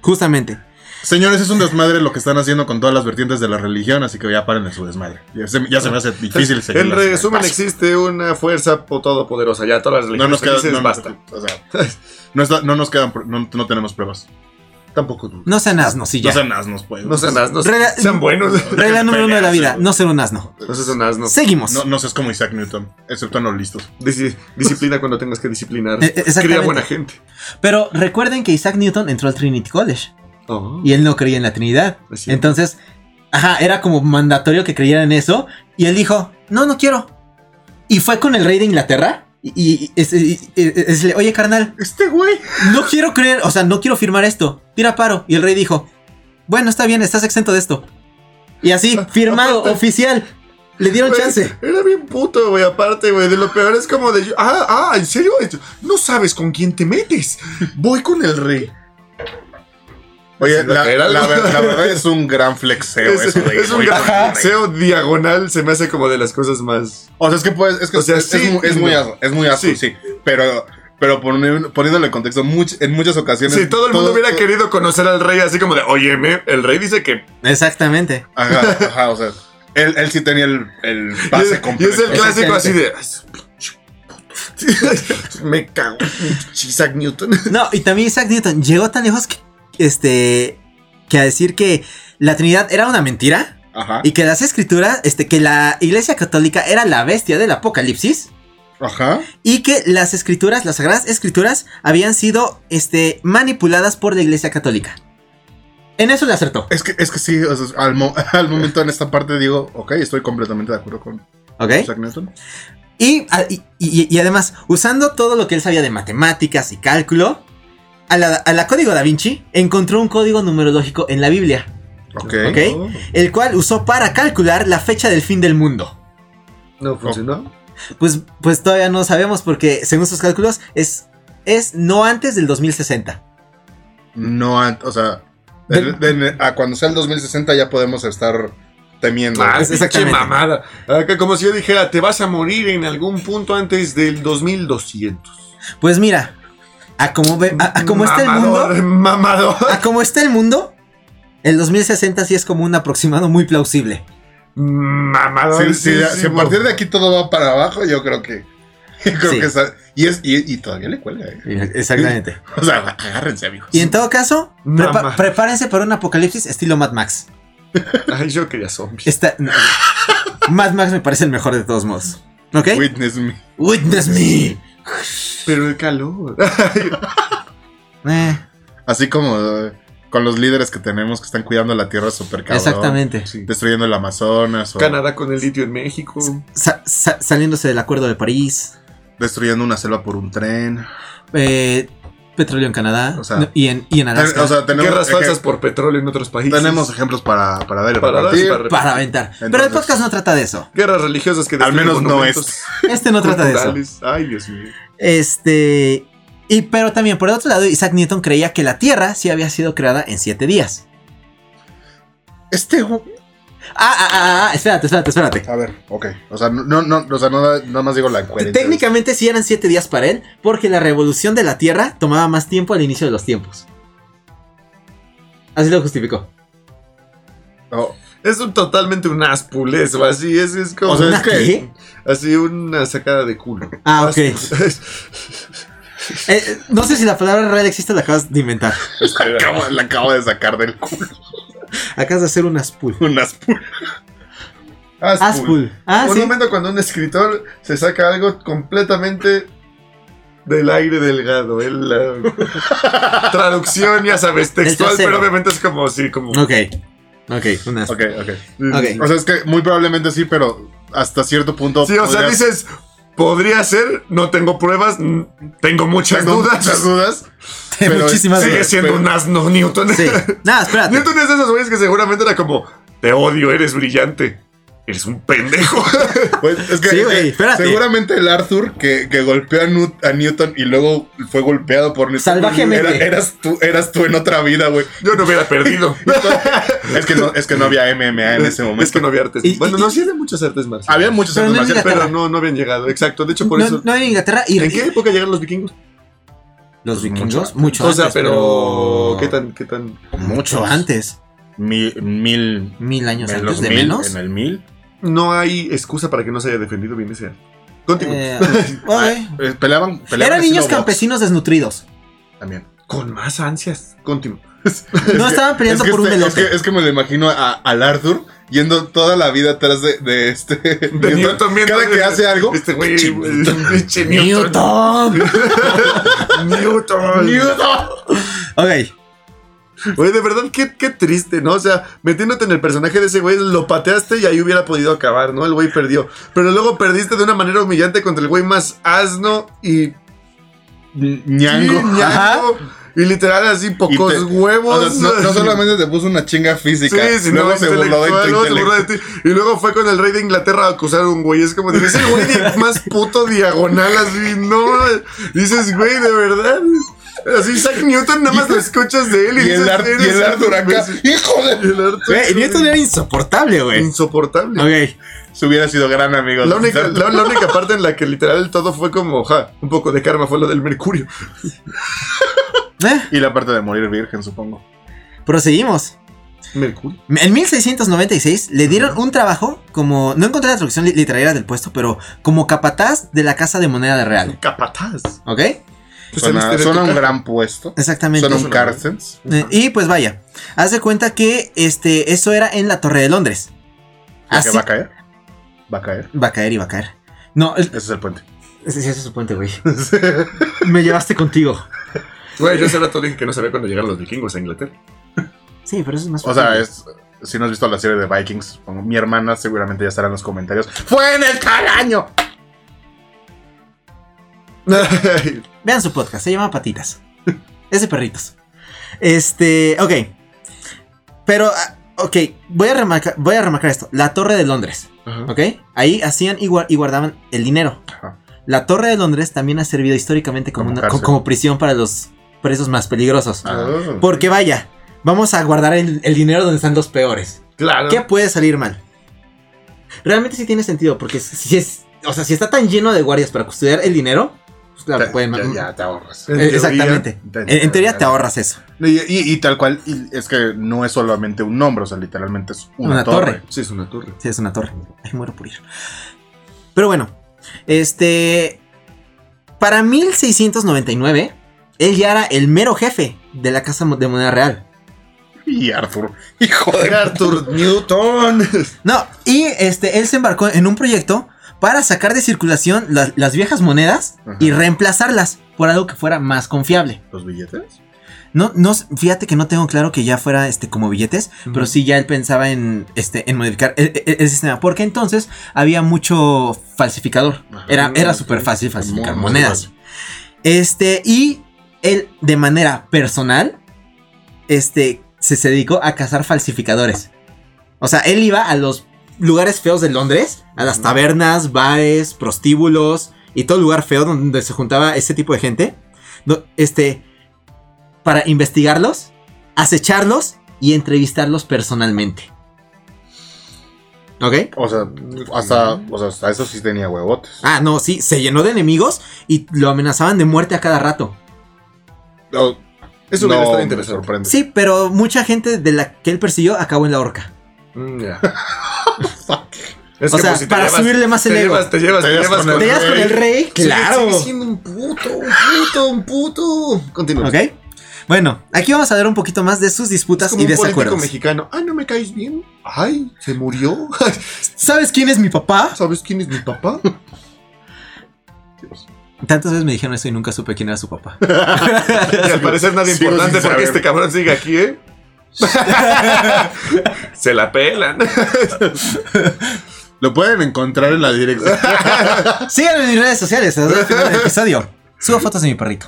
Speaker 2: Justamente.
Speaker 3: Señores, es un desmadre lo que están haciendo con todas las vertientes de la religión, así que ya paren de su desmadre. Ya se, ya se me hace difícil seguir.
Speaker 1: Ah. en
Speaker 3: las-
Speaker 1: resumen, existe una fuerza po- todopoderosa. Ya todas las
Speaker 3: No
Speaker 1: religiones
Speaker 3: nos
Speaker 1: que
Speaker 3: queda,
Speaker 1: dices,
Speaker 3: no, nos-
Speaker 1: basta.
Speaker 3: o sea, no está- no nos quedan, pr- no, no tenemos pruebas.
Speaker 1: Tampoco dudo.
Speaker 2: No sean asnos y ya.
Speaker 3: No sean asnos, pues.
Speaker 1: No sean asnos.
Speaker 2: Rela-
Speaker 1: Sean buenos.
Speaker 2: Regla número uno de la vida,
Speaker 3: Peleas.
Speaker 2: no ser un asno.
Speaker 1: No sean asnos.
Speaker 2: Seguimos.
Speaker 3: No, no seas como Isaac Newton, excepto en los listos.
Speaker 1: Disi- disciplina cuando tengas que disciplinar.
Speaker 2: Eh, eh, exactamente.
Speaker 1: Cría buena gente.
Speaker 2: Pero recuerden que Isaac Newton entró al Trinity College
Speaker 1: Oh.
Speaker 2: y él no creía en la Trinidad.
Speaker 1: Es cierto.
Speaker 2: Entonces, ajá, era como mandatorio que creyeran en eso. Y él dijo, no, no quiero. Y fue con el rey de Inglaterra. Y, y- y- es- y- y- es- le, oye, carnal,
Speaker 3: Este güey.
Speaker 2: no quiero creer, o sea, no quiero firmar esto. Tira paro. Y el rey dijo, bueno, está bien, estás exento de esto. Y así, firmado,
Speaker 1: aparte-
Speaker 2: oficial. Le dieron
Speaker 1: Güey,
Speaker 2: chance.
Speaker 1: Era bien puto, güey. Aparte, güey, de lo peor es como de. Ah, ah, ¿en serio? No sabes con quién te metes. Voy con el rey.
Speaker 3: Oye,
Speaker 1: Sí,
Speaker 3: la,
Speaker 1: era
Speaker 3: la
Speaker 1: algo.
Speaker 3: ver- la verdad es un gran flexeo
Speaker 1: es,
Speaker 3: eso de
Speaker 1: es un
Speaker 3: voy
Speaker 1: gran
Speaker 3: con el rey.
Speaker 1: boxeo diagonal. Se me hace como de las cosas más.
Speaker 3: O sea, es que pues, es que
Speaker 1: O sea,
Speaker 3: es,
Speaker 1: sí,
Speaker 3: es mu- es muy
Speaker 1: no.
Speaker 3: asno, es muy asno,
Speaker 1: Sí.
Speaker 3: sí. Pero, pero poni- poniéndolo en contexto, much- en muchas ocasiones.
Speaker 1: Si todo el mundo hubiera
Speaker 3: todo-
Speaker 1: querido conocer al rey, así como de, óyeme, el rey dice que.
Speaker 2: Exactamente.
Speaker 3: Ajá, ajá, o sea. Él, él sí tenía el, el
Speaker 1: Y es,
Speaker 3: pase
Speaker 1: y
Speaker 3: completo.
Speaker 1: es el clásico así
Speaker 2: Exactamente.
Speaker 1: de. "Ay, su pinche puto". me cago. pinche Isaac Newton.
Speaker 2: No, y también Isaac Newton llegó tan lejos que, este, que a decir que la Trinidad era una mentira.
Speaker 3: Ajá.
Speaker 2: Y que las escrituras, este, que la iglesia católica era la bestia del apocalipsis.
Speaker 3: Ajá.
Speaker 2: Y que las escrituras, las sagradas escrituras, habían sido este, manipuladas por la iglesia católica. En eso le acertó.
Speaker 3: Es que, es que sí, o sea, al, mo- al momento en esta parte digo, ok, estoy completamente de acuerdo con
Speaker 2: ¿Ok?
Speaker 3: Isaac Newton.
Speaker 2: Y, a- y- y- y además, usando todo lo que él sabía de matemáticas y cálculo, a la, a la código da Vinci encontró un código numerológico en la Biblia,
Speaker 3: Ok.
Speaker 2: Ok. el cual usó para calcular la fecha del fin del mundo.
Speaker 1: No funcionó.
Speaker 2: Pues, pues todavía no sabemos porque según sus cálculos es, es no antes del 2060.
Speaker 3: No, an- o sea, de- de- a cuando sea el 2060 ya podemos estar temiendo.
Speaker 1: Ah,
Speaker 2: Pues,
Speaker 1: pinche
Speaker 2: exactamente.
Speaker 1: mamada. Acá como si yo dijera, te vas a morir en algún punto antes del 2200.
Speaker 2: Pues mira, a como, ve-
Speaker 1: Ah,
Speaker 2: a- a como está el
Speaker 1: Mamador,
Speaker 2: mundo,
Speaker 1: Mamador.
Speaker 2: a como está el mundo, el 2060 sí es como un aproximado muy plausible.
Speaker 1: Mamador.
Speaker 3: si, si- si a partir de aquí todo va para abajo, yo creo que. yo creo
Speaker 2: Sí.
Speaker 3: que está- y, es, y, y todavía le cuelga. eh.
Speaker 2: Exactamente.
Speaker 3: O sea, agárrense, amigos.
Speaker 2: Y en todo caso, prepa-
Speaker 1: Mamá.
Speaker 2: prepárense para un apocalipsis estilo Mad Max.
Speaker 1: Ay, yo quería zombies.
Speaker 2: Está- no. Mad Max me parece el mejor de todos modos. ¿Ok?
Speaker 3: Witness me.
Speaker 2: Witness me.
Speaker 1: Pero el calor.
Speaker 2: Eh,
Speaker 3: Así como eh, con los líderes que tenemos que están cuidando la tierra súper cabrón.
Speaker 2: exactamente.
Speaker 1: Sí.
Speaker 3: Destruyendo el Amazonas o
Speaker 1: Canadá con el litio en México.
Speaker 2: Sa- sa- saliéndose del acuerdo de París.
Speaker 3: destruyendo una selva por un tren.
Speaker 2: eh, petróleo en Canadá
Speaker 3: O sea,
Speaker 2: no, y, en, y en
Speaker 3: Ten-
Speaker 2: Alaska
Speaker 3: o sea, tenemos,
Speaker 1: Guerras
Speaker 3: ejem-
Speaker 1: falsas por petróleo en otros países.
Speaker 3: tenemos ejemplos para, para ver y
Speaker 1: Para dar y
Speaker 3: repartir.
Speaker 1: para repartir.
Speaker 2: para aventar. Pero el
Speaker 3: Entonces-
Speaker 2: podcast no trata de eso.
Speaker 1: Guerras religiosas que
Speaker 3: Al menos no es.
Speaker 2: Este no trata de eso.
Speaker 1: eso. Ay, Dios mío.
Speaker 2: Este. Y pero también, por el otro lado, Isaac Newton creía que la Tierra sí había sido creada en siete días.
Speaker 3: Este. gu-
Speaker 2: Ah, ah, ah, ah, espérate, espérate, espérate.
Speaker 3: A ver, ok. O sea, no, no, o sea, no, nada más digo la coherencia.
Speaker 2: Técnicamente sí eran siete días para él, porque la revolución de la Tierra tomaba más tiempo al inicio de los tiempos. Así lo justificó.
Speaker 3: O-
Speaker 1: Es un- totalmente un aspul eso. Así es, es como.
Speaker 3: O sea,
Speaker 2: ¿Una
Speaker 3: es que-
Speaker 2: qué?
Speaker 1: así una sacada de culo.
Speaker 2: Ah, ok.
Speaker 1: Aspul.
Speaker 2: Eh, no sé si la palabra real existe, la acabas de inventar.
Speaker 3: la, acabo, la acabo de sacar del culo.
Speaker 2: Acabas de hacer un aspul.
Speaker 3: Un aspul.
Speaker 1: Aspul.
Speaker 2: Aspul. Ah,
Speaker 1: un
Speaker 2: sí.
Speaker 1: momento cuando un escritor se saca algo completamente del aire delgado. El, la traducción, ya sabes, textual,
Speaker 2: trasero.
Speaker 1: pero obviamente es como así, como.
Speaker 2: Ok. Ok, un aspul.
Speaker 3: Ok, ok.
Speaker 2: Ok.
Speaker 3: O sea, es que muy probablemente sí, pero hasta cierto punto.
Speaker 1: Sí, o sea,
Speaker 3: podrías-
Speaker 1: dices, podría ser, no tengo pruebas, mm, tengo muchas
Speaker 3: tengo
Speaker 1: dudas.
Speaker 3: muchas dudas.
Speaker 2: Hay
Speaker 3: pero
Speaker 2: muchísimas
Speaker 1: Sigue
Speaker 2: dudas.
Speaker 1: siendo
Speaker 3: pero-
Speaker 1: un asno, Newton.
Speaker 2: Sí. Nada, espérate.
Speaker 1: Newton es de esos güeyes que seguramente era como, te odio, eres brillante. eres un pendejo.
Speaker 3: Pues, es que,
Speaker 1: eh,
Speaker 2: Sí, güey, espérate.
Speaker 3: Seguramente el Arthur que, que golpeó a, Nu- a Newton y luego fue golpeado por Newton.
Speaker 2: Salvajemente.
Speaker 3: Era- eras, tú, eras tú en otra vida, güey.
Speaker 1: Yo no hubiera perdido.
Speaker 3: Es que no, es que no había MMA en ese momento.
Speaker 1: Es que no había artes.
Speaker 2: Y-
Speaker 1: bueno,
Speaker 2: y-
Speaker 1: no, sí había muchas artes marciales.
Speaker 3: Había muchos
Speaker 2: Pero
Speaker 3: artes
Speaker 2: no en
Speaker 3: marciales,
Speaker 1: Pero no, no habían llegado, exacto. De hecho, por
Speaker 2: no,
Speaker 1: eso.
Speaker 2: no en Inglaterra y
Speaker 1: ¿En qué época llegaron los vikingos?
Speaker 2: los
Speaker 3: Pues Mucho
Speaker 2: vikingos
Speaker 3: antes.
Speaker 2: mucho
Speaker 1: o
Speaker 2: antes.
Speaker 1: sea, pero,
Speaker 2: pero-
Speaker 1: ¿Qué tan, qué tan?
Speaker 2: Mucho antes.
Speaker 3: Mil, mil
Speaker 2: Mil años
Speaker 3: Pues en
Speaker 2: antes
Speaker 3: los
Speaker 2: de
Speaker 3: mil,
Speaker 2: menos.
Speaker 3: en el mil.
Speaker 1: No hay excusa para que no se haya defendido bien ese arte. Continúa.
Speaker 2: Eh, ok.
Speaker 3: Eh, Peleaban, peleaban
Speaker 2: Eran
Speaker 3: así
Speaker 2: niños
Speaker 3: como
Speaker 2: campesinos desnutridos.
Speaker 3: box también.
Speaker 1: Con más ansias. Continúa.
Speaker 2: No estaban peleando
Speaker 3: Es que
Speaker 2: por un
Speaker 3: este-
Speaker 2: elote.
Speaker 3: Es que, es que me lo imagino a- al Arthur yendo toda la vida atrás de, de este.
Speaker 1: De Newton viendo-
Speaker 3: Cada que hace algo.
Speaker 1: Este güey.
Speaker 3: Pinche
Speaker 1: el pinche
Speaker 3: este
Speaker 1: Newton.
Speaker 2: Newton.
Speaker 1: Newton.
Speaker 3: Newton.
Speaker 2: ok.
Speaker 1: Oye, de verdad, qué, qué triste, ¿no? O sea, metiéndote en el personaje de ese güey, lo pateaste y ahí hubiera podido acabar, ¿no? El güey perdió. Pero luego perdiste de una manera humillante contra el güey más asno y
Speaker 3: Ñango.
Speaker 1: ñango,
Speaker 2: Ajá.
Speaker 1: Y literal, así pocos
Speaker 3: Y te-
Speaker 1: huevos.
Speaker 3: O sea, no, no solamente te puso una chinga
Speaker 1: Sí,
Speaker 3: física,
Speaker 1: sí,
Speaker 3: luego
Speaker 1: no,
Speaker 3: se burló de tu
Speaker 1: intelectual, luego se burló
Speaker 3: intelecto.
Speaker 1: de ti. Y luego fue con el rey de Inglaterra a acusar a un güey. Es como, de, ese güey de más puto diagonal, así, no. Dices, güey, de verdad. Así, Isaac Newton, nada más lo escuchas de él.
Speaker 3: Y el,
Speaker 1: dices,
Speaker 3: Ar- y
Speaker 1: eres
Speaker 3: el Arthur
Speaker 1: un
Speaker 3: acá,
Speaker 1: imbécil.
Speaker 3: ¡hijo de!
Speaker 1: Y el Arthur,
Speaker 2: Güey, Newton era insoportable, güey.
Speaker 1: insoportable.
Speaker 2: Ok.
Speaker 3: Se hubiera sido gran amigo.
Speaker 1: La única, la, la única parte en la que literal todo fue como, ja, un poco de karma fue lo del mercurio.
Speaker 2: Eh,
Speaker 3: Y la parte de morir virgen, supongo.
Speaker 2: proseguimos.
Speaker 1: Mercurio.
Speaker 2: En 1696 le dieron un trabajo como. No encontré la traducción li- literaria del puesto, pero como capataz de la Casa de Moneda de Real.
Speaker 1: Capataz.
Speaker 2: ¿Ok?
Speaker 1: Pues
Speaker 2: este
Speaker 3: Suena,
Speaker 1: saliste de
Speaker 3: suena
Speaker 1: tu
Speaker 3: un
Speaker 1: ca-
Speaker 3: gran puesto.
Speaker 2: Exactamente.
Speaker 3: Suena un Carstens.
Speaker 2: Eh, Y pues vaya, haz de cuenta que este, eso era en la Torre de Londres.
Speaker 3: ¿Que
Speaker 2: Así
Speaker 3: va a caer? Va a caer.
Speaker 2: va a caer y va a caer. No, el-
Speaker 3: Ese es el puente.
Speaker 2: ese ese es su puente, güey. Me llevaste contigo.
Speaker 1: Güey, yo hace rato dije que no sabía cuándo llegaron los vikingos a Inglaterra.
Speaker 2: Sí, pero eso es más
Speaker 3: O sea,
Speaker 2: posible.
Speaker 3: es, si no has visto la serie de Vikings, supongo, mi hermana seguramente ya estará en los comentarios. ¡Fue en el tal año!
Speaker 2: Vean su podcast, se llama Patitas. es de perritos. Este, ok. Pero, ah, ok, voy a, remarcar, voy a remarcar esto. La Torre de Londres,
Speaker 1: Ajá.
Speaker 2: ¿ok? Ahí hacían y, guar- y guardaban el dinero.
Speaker 3: Ajá.
Speaker 2: La Torre de Londres también ha servido históricamente como,
Speaker 3: Como
Speaker 2: una- co-
Speaker 3: cárcel.
Speaker 2: como prisión para los presos más peligrosos.
Speaker 3: Ah.
Speaker 2: Porque vaya, vamos a guardar el, el dinero donde están los peores.
Speaker 1: Claro.
Speaker 2: ¿Qué puede salir mal? Realmente sí tiene sentido, porque si es. O sea, si está tan lleno de guardias para custodiar el dinero, pues claro,
Speaker 3: Te-
Speaker 2: pueden.
Speaker 3: ya, ya te ahorras.
Speaker 1: En
Speaker 2: Eh,
Speaker 1: teoría,
Speaker 2: Exactamente.
Speaker 3: te-
Speaker 2: En- en teoría te ahorras eso.
Speaker 3: Y, y- y tal cual, y es que no es solamente un nombre, o sea, literalmente es una,
Speaker 2: Una torre.
Speaker 3: torre.
Speaker 1: Sí, es una torre.
Speaker 2: Sí, es una torre. Ay, muero por ir. Pero bueno, este. Para 1699, él ya era el mero jefe de la Casa de Moneda Real.
Speaker 3: Y Arthur, hijo de...
Speaker 1: Arthur Newton.
Speaker 2: No, y este, él se embarcó en un proyecto para sacar de circulación las, las viejas monedas
Speaker 3: Ajá.
Speaker 2: y reemplazarlas por algo que fuera más confiable.
Speaker 3: ¿Los billetes?
Speaker 2: No, no, s- fíjate que no tengo claro que ya fuera este, como billetes,
Speaker 1: Ujú.
Speaker 2: pero sí ya él pensaba en, este, en modificar el, el- el sistema, porque entonces había mucho falsificador.
Speaker 3: Ajá.
Speaker 2: Era, era
Speaker 1: Ok.
Speaker 2: súper fácil falsificar
Speaker 3: Muy- muy
Speaker 2: monedas. Este, y él de manera personal, este, se se dedicó a cazar falsificadores. O sea, él iba a los lugares feos de Londres, a las tabernas, bares, prostíbulos y todo lugar feo donde se juntaba ese tipo de gente, do- este, para investigarlos, acecharlos y entrevistarlos personalmente. ¿Ok?
Speaker 3: O sea, hasta, o sea, hasta eso sí tenía huevotes.
Speaker 2: Ah, no, sí, se llenó de enemigos y lo amenazaban de muerte a cada rato.
Speaker 3: No,
Speaker 1: Eso hubiera estado
Speaker 3: me
Speaker 1: interesante.
Speaker 3: sorprende.
Speaker 2: Sí, pero mucha gente de la que él persiguió acabó en la horca.
Speaker 1: Mm, ya.
Speaker 2: O sea, para subirle más el
Speaker 1: te
Speaker 2: ego.
Speaker 1: pues, llevas, te llevas, te llevas
Speaker 2: ¿Te
Speaker 1: con
Speaker 2: llevas con el rey?
Speaker 1: Sigue-
Speaker 2: Claro.
Speaker 1: Sigue siendo un puto, un puto, un puto. Continúa.
Speaker 2: Ok. Bueno, aquí vamos a ver un poquito más de sus
Speaker 1: Es
Speaker 2: disputas
Speaker 1: como
Speaker 2: y
Speaker 1: un político
Speaker 2: desacuerdos.
Speaker 1: mexicano. Ah, no me caes bien. Ay, se murió.
Speaker 2: ¿Sabes quién es mi papá?
Speaker 1: ¿Sabes quién es mi papá?
Speaker 2: Tantas veces me dijeron eso y nunca supe quién era su papá.
Speaker 1: Y al parecer nadie
Speaker 3: Sigo
Speaker 1: importante
Speaker 3: sin
Speaker 1: porque
Speaker 3: saber.
Speaker 1: este cabrón sigue aquí, ¿eh? se la pelan.
Speaker 3: Lo pueden encontrar en la dirección.
Speaker 2: Síganme en mis redes sociales, hasta el final del episodio. Subo fotos de mi perrito.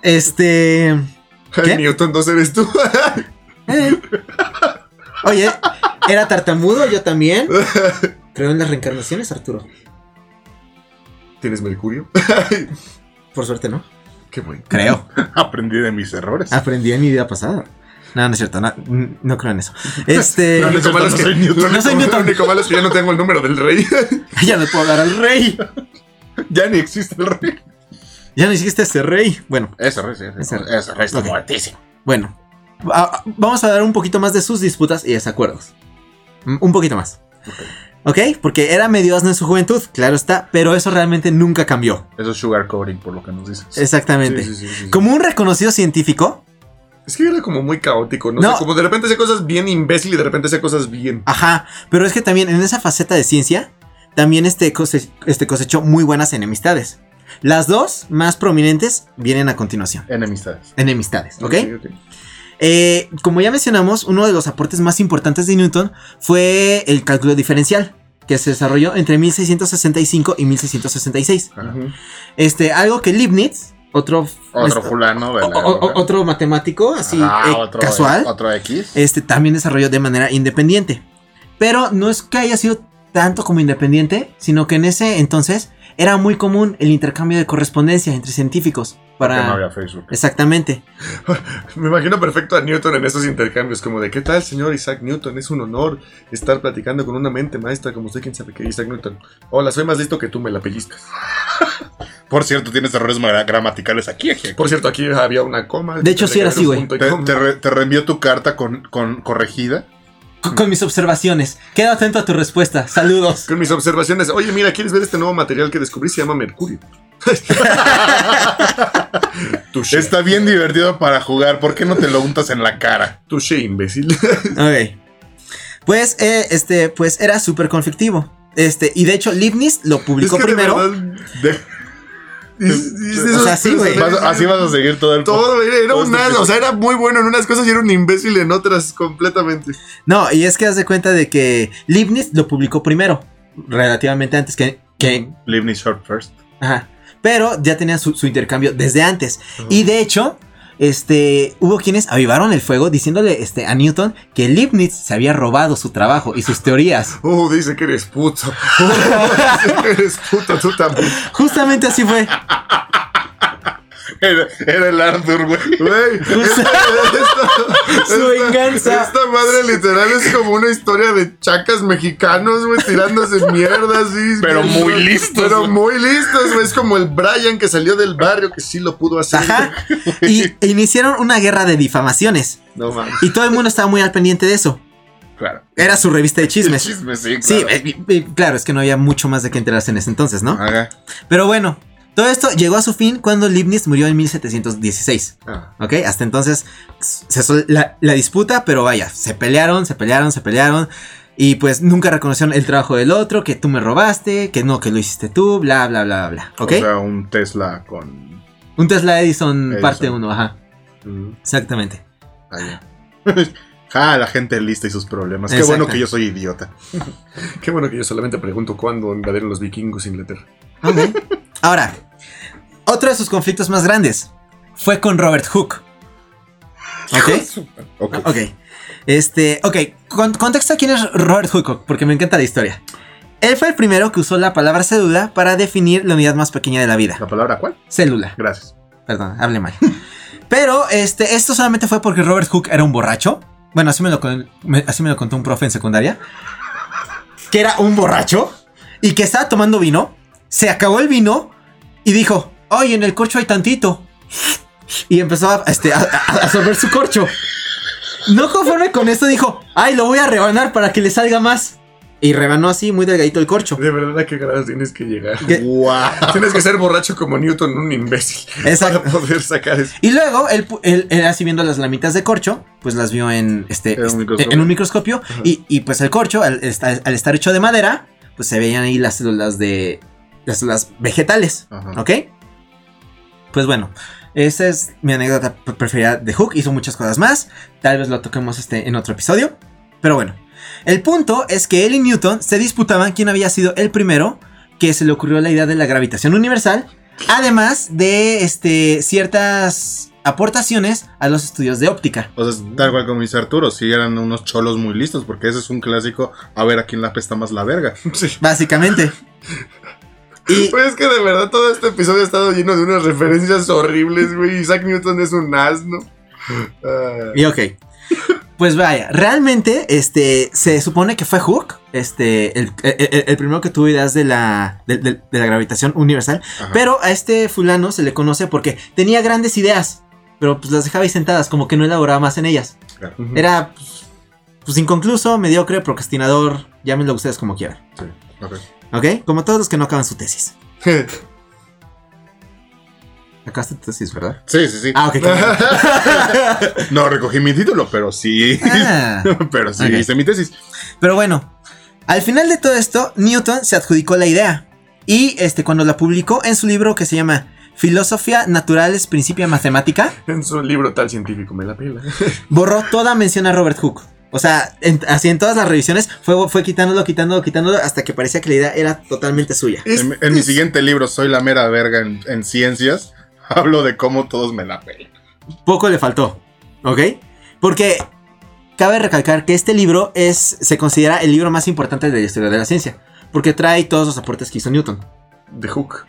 Speaker 2: Este.
Speaker 1: Ay, Newton, ¿no eres tú?
Speaker 2: eh. Oye, Era tartamudo, yo también. Creo en las reencarnaciones, Arturo.
Speaker 1: ¿Tienes mercurio?
Speaker 2: Por suerte, ¿no?
Speaker 1: Qué bueno. Ah,
Speaker 2: Creo.
Speaker 3: Aprendí de mis errores.
Speaker 2: Aprendí en mi vida pasada. No, no es cierto. No, no creo en eso. Este.
Speaker 3: No,
Speaker 1: Lo
Speaker 3: no es cierto,
Speaker 1: único malo es
Speaker 3: no
Speaker 1: que-
Speaker 3: soy Newton.
Speaker 1: lo único-
Speaker 2: No soy Newton.
Speaker 1: Lo único malo es que ya no tengo el número del rey.
Speaker 2: ya le puedo hablar al rey.
Speaker 3: Ya ni existe el rey.
Speaker 2: Ya no hiciste ese rey. Bueno,
Speaker 3: Ese rey, sí, ese,
Speaker 2: Ese-
Speaker 3: ese rey está
Speaker 2: Ok.
Speaker 3: muertísimo.
Speaker 2: bueno. A- a- vamos a dar un poquito más de sus disputas y desacuerdos. Mm, Un poquito más. Ok, porque era medio asno en su juventud, claro está, pero eso realmente nunca cambió.
Speaker 3: Eso es sugar coating, por lo que nos dices.
Speaker 2: Exactamente.
Speaker 1: Sí, sí, sí, sí, sí.
Speaker 2: Como un reconocido científico,
Speaker 1: Es que era como muy caótico, ¿no?
Speaker 2: No.
Speaker 1: O sea, como de repente hace cosas bien imbécil y de repente hace cosas bien.
Speaker 2: Ajá, pero es que también en esa faceta de ciencia, también este, cose- este cosechó muy buenas enemistades. Las dos más prominentes vienen a continuación.
Speaker 3: Enemistades.
Speaker 2: Enemistades, ¿ok? Eh, como ya mencionamos, uno de los aportes más importantes de Newton fue el cálculo diferencial, que se desarrolló entre 1665 y 1666.
Speaker 3: Ajá.
Speaker 1: Ujú.
Speaker 2: Este, algo que Leibniz, otro,
Speaker 3: Otro
Speaker 2: este,
Speaker 3: fulano de la
Speaker 2: o- o-
Speaker 3: época.
Speaker 2: otro matemático, así
Speaker 3: Ah,
Speaker 2: eh,
Speaker 3: otro-
Speaker 2: casual,
Speaker 3: Otro X.
Speaker 2: este también desarrolló de manera independiente. Pero no es que haya sido tanto como independiente, sino que en ese entonces era muy común el intercambio de correspondencia entre científicos
Speaker 3: Que no
Speaker 2: para
Speaker 3: había Facebook.
Speaker 2: exactamente.
Speaker 1: Me imagino perfecto a Newton en esos intercambios, como de qué tal, señor Isaac Newton, es un honor estar platicando con una mente maestra como usted, quién sabe qué, Isaac Newton. Hola, soy más listo que tú, me la pellizcas.
Speaker 3: Por cierto, tienes errores gra- gramaticales aquí. aquí, aquí.
Speaker 1: Por cierto, aquí había una coma.
Speaker 2: De hecho, sí era así, güey.
Speaker 1: Punto y
Speaker 3: Te,
Speaker 1: coma.
Speaker 3: te re- te reenvió tu carta con, con corregida.
Speaker 2: Con, con mis observaciones. Queda atento a tu respuesta. Saludos.
Speaker 1: Con mis observaciones, oye, mira, ¿quieres ver este nuevo material que descubrí? Se llama Mercurio. touché,
Speaker 3: Está bien divertido para jugar. ¿Por qué no te lo untas en la cara?
Speaker 1: touché, imbécil.
Speaker 2: Ok. Pues, eh, este, pues era súper conflictivo. Este, y de hecho, Leibniz lo publicó
Speaker 1: Es que de
Speaker 2: primero.
Speaker 1: verdad,
Speaker 3: De-
Speaker 1: es- es-
Speaker 2: O sea,
Speaker 1: esos-
Speaker 2: sí, güey.
Speaker 3: vas- así vas a seguir todo el
Speaker 1: Todo, era, era
Speaker 3: Todo
Speaker 1: un
Speaker 3: es
Speaker 1: nada,
Speaker 3: difícil.
Speaker 1: o sea, era muy bueno en unas cosas y era un imbécil en otras completamente.
Speaker 2: No, y es que haz de cuenta de que Leibniz lo publicó primero. Relativamente antes que, que,
Speaker 3: Leave me short first.
Speaker 2: Ajá. Pero ya tenían su, su intercambio desde antes.
Speaker 1: Ajá.
Speaker 2: Y de hecho, este, hubo quienes avivaron el fuego diciéndole este, a Newton que Leibniz se había robado su trabajo y sus teorías.
Speaker 1: Oh, dice que eres puto. Oh, dice que eres puto, tú también.
Speaker 2: Justamente así fue.
Speaker 3: Era, era el Arthur, güey.
Speaker 1: Güey, esta, esta-
Speaker 2: Su
Speaker 1: esta-
Speaker 2: venganza.
Speaker 1: Esta madre literal es como una historia de chacas mexicanos, güey, tirándose mierda así.
Speaker 3: Pero muy listos,
Speaker 1: Pero
Speaker 3: güey.
Speaker 1: muy listos, güey. Es como el Brian que salió del barrio que sí lo pudo hacer.
Speaker 2: Ajá. Y e iniciaron una guerra de difamaciones.
Speaker 1: No mames.
Speaker 2: Y todo el mundo estaba muy al pendiente de eso.
Speaker 3: Claro.
Speaker 2: Era su revista de chismes.
Speaker 3: Chisme, sí.
Speaker 2: Sí,
Speaker 3: claro.
Speaker 2: eh, eh, claro, es que no había mucho más de qué enterarse en ese entonces, ¿no?
Speaker 3: Ajá.
Speaker 2: Pero bueno, todo esto llegó a su fin cuando Leibniz murió en 1716.
Speaker 1: Ah,
Speaker 2: ¿Ok? Hasta entonces se sol- la, la disputa, pero vaya, se pelearon, se pelearon, se pelearon. Y pues nunca reconocieron el trabajo del otro, que tú me robaste, que no, que lo hiciste tú, bla, bla, bla, bla. ¿Ok?
Speaker 3: O sea, un Tesla con.
Speaker 2: Un Tesla Edison,
Speaker 3: Edison.
Speaker 2: parte 1, ajá.
Speaker 1: mm.
Speaker 2: Exactamente.
Speaker 3: Allá. Ah, la gente lista y sus problemas. Qué
Speaker 2: Exacto.
Speaker 3: bueno que yo soy idiota.
Speaker 1: Qué bueno que yo solamente pregunto cuándo invadieron los vikingos Inglaterra.
Speaker 2: Ah, Ok. Ahora, otro de sus conflictos más grandes fue con Robert Hooke. ¿Ok?
Speaker 3: Ok.
Speaker 2: Ok. Este, ok, con- contexto quién es Robert Hooke, porque me encanta la historia. Él fue el primero que usó la palabra célula para definir la unidad más pequeña de la vida.
Speaker 3: ¿La palabra cuál?
Speaker 2: Célula.
Speaker 3: Gracias.
Speaker 2: Perdón, hablé mal. Pero este, esto solamente fue porque Robert Hooke era un borracho. Bueno, así me lo, con- me- así me lo contó un profe en secundaria. Que era un borracho y que estaba tomando vino. Se acabó el vino y dijo, oye, en el corcho hay tantito. Y empezó a, este, a, a- a sorber su corcho. No conforme con esto dijo, ay, lo voy a rebanar para que le salga más. Y rebanó así, muy delgadito el corcho.
Speaker 1: De verdad, ¿a qué grados tienes que llegar?
Speaker 2: ¿Qué?
Speaker 3: Guau.
Speaker 1: Tienes que ser borracho como Newton, un imbécil.
Speaker 2: Exacto.
Speaker 1: Para poder sacar eso.
Speaker 2: Y luego él, pu- él, él así viendo las lamitas de corcho, pues las vio en, este,
Speaker 3: En un
Speaker 2: este-
Speaker 3: microscopio.
Speaker 2: en un microscopio.
Speaker 1: Ajá.
Speaker 2: Y, y, pues el corcho, al, esta- al estar hecho de madera, pues se veían ahí las células de. las células vegetales.
Speaker 3: Ajá.
Speaker 2: ¿Ok? Pues bueno, esa es mi anécdota pre- preferida de Hook. Hizo muchas cosas más. Tal vez lo toquemos este, en otro episodio. Pero bueno, el punto es que él y Newton se disputaban quién había sido el primero que se le ocurrió la idea de la gravitación universal. Además de este, ciertas aportaciones a los estudios de óptica.
Speaker 3: O sea, es tal cual como dice Arturo, sí eran unos cholos muy listos, porque ese es un clásico, a ver a quién la pesta más la verga.
Speaker 1: Sí.
Speaker 2: Básicamente. Y
Speaker 1: Pues es que de verdad todo este episodio ha estado lleno de unas referencias horribles, güey. Isaac Newton es un asno. Ah,
Speaker 2: Y ok. Pues vaya, realmente, este, se supone que fue Hook, este, el, el- el- el primero que tuvo ideas de la, de, de- de la gravitación universal,
Speaker 3: Ajá.
Speaker 2: pero a este fulano se le conoce porque tenía grandes ideas, pero pues las dejaba ahí sentadas, como que no elaboraba más en ellas.
Speaker 1: ujú.
Speaker 2: Era, pues, pues, inconcluso, mediocre, procrastinador, llámenlo ustedes como quieran,
Speaker 3: Ok.
Speaker 2: ¿ok? Como todos los que no acaban su tesis. Acabaste tu tesis, ¿verdad?
Speaker 3: Sí, sí, sí.
Speaker 2: Ah, ok. claro.
Speaker 3: No recogí mi título, pero sí.
Speaker 2: Ah.
Speaker 3: pero sí
Speaker 2: Ok.
Speaker 3: hice mi tesis.
Speaker 2: Pero bueno, al final de todo esto, Newton se adjudicó la idea. Y este, cuando la publicó en su libro que se llama Filosofía Naturales, Principia Matemática,
Speaker 1: En su libro tal científico me la pela.
Speaker 2: borró toda mención a Robert Hooke. O sea, en- así en todas las revisiones fue, fue quitándolo, quitándolo, quitándolo, hasta que parecía que la idea era totalmente suya.
Speaker 3: En, en mi siguiente libro, Soy la mera verga en, en ciencias, hablo de cómo todos me la pelan.
Speaker 2: Poco le faltó, ¿ok? Porque cabe recalcar que este libro es, se considera el libro más importante de la historia de la ciencia, porque trae todos los aportes que hizo Newton.
Speaker 1: De Hook.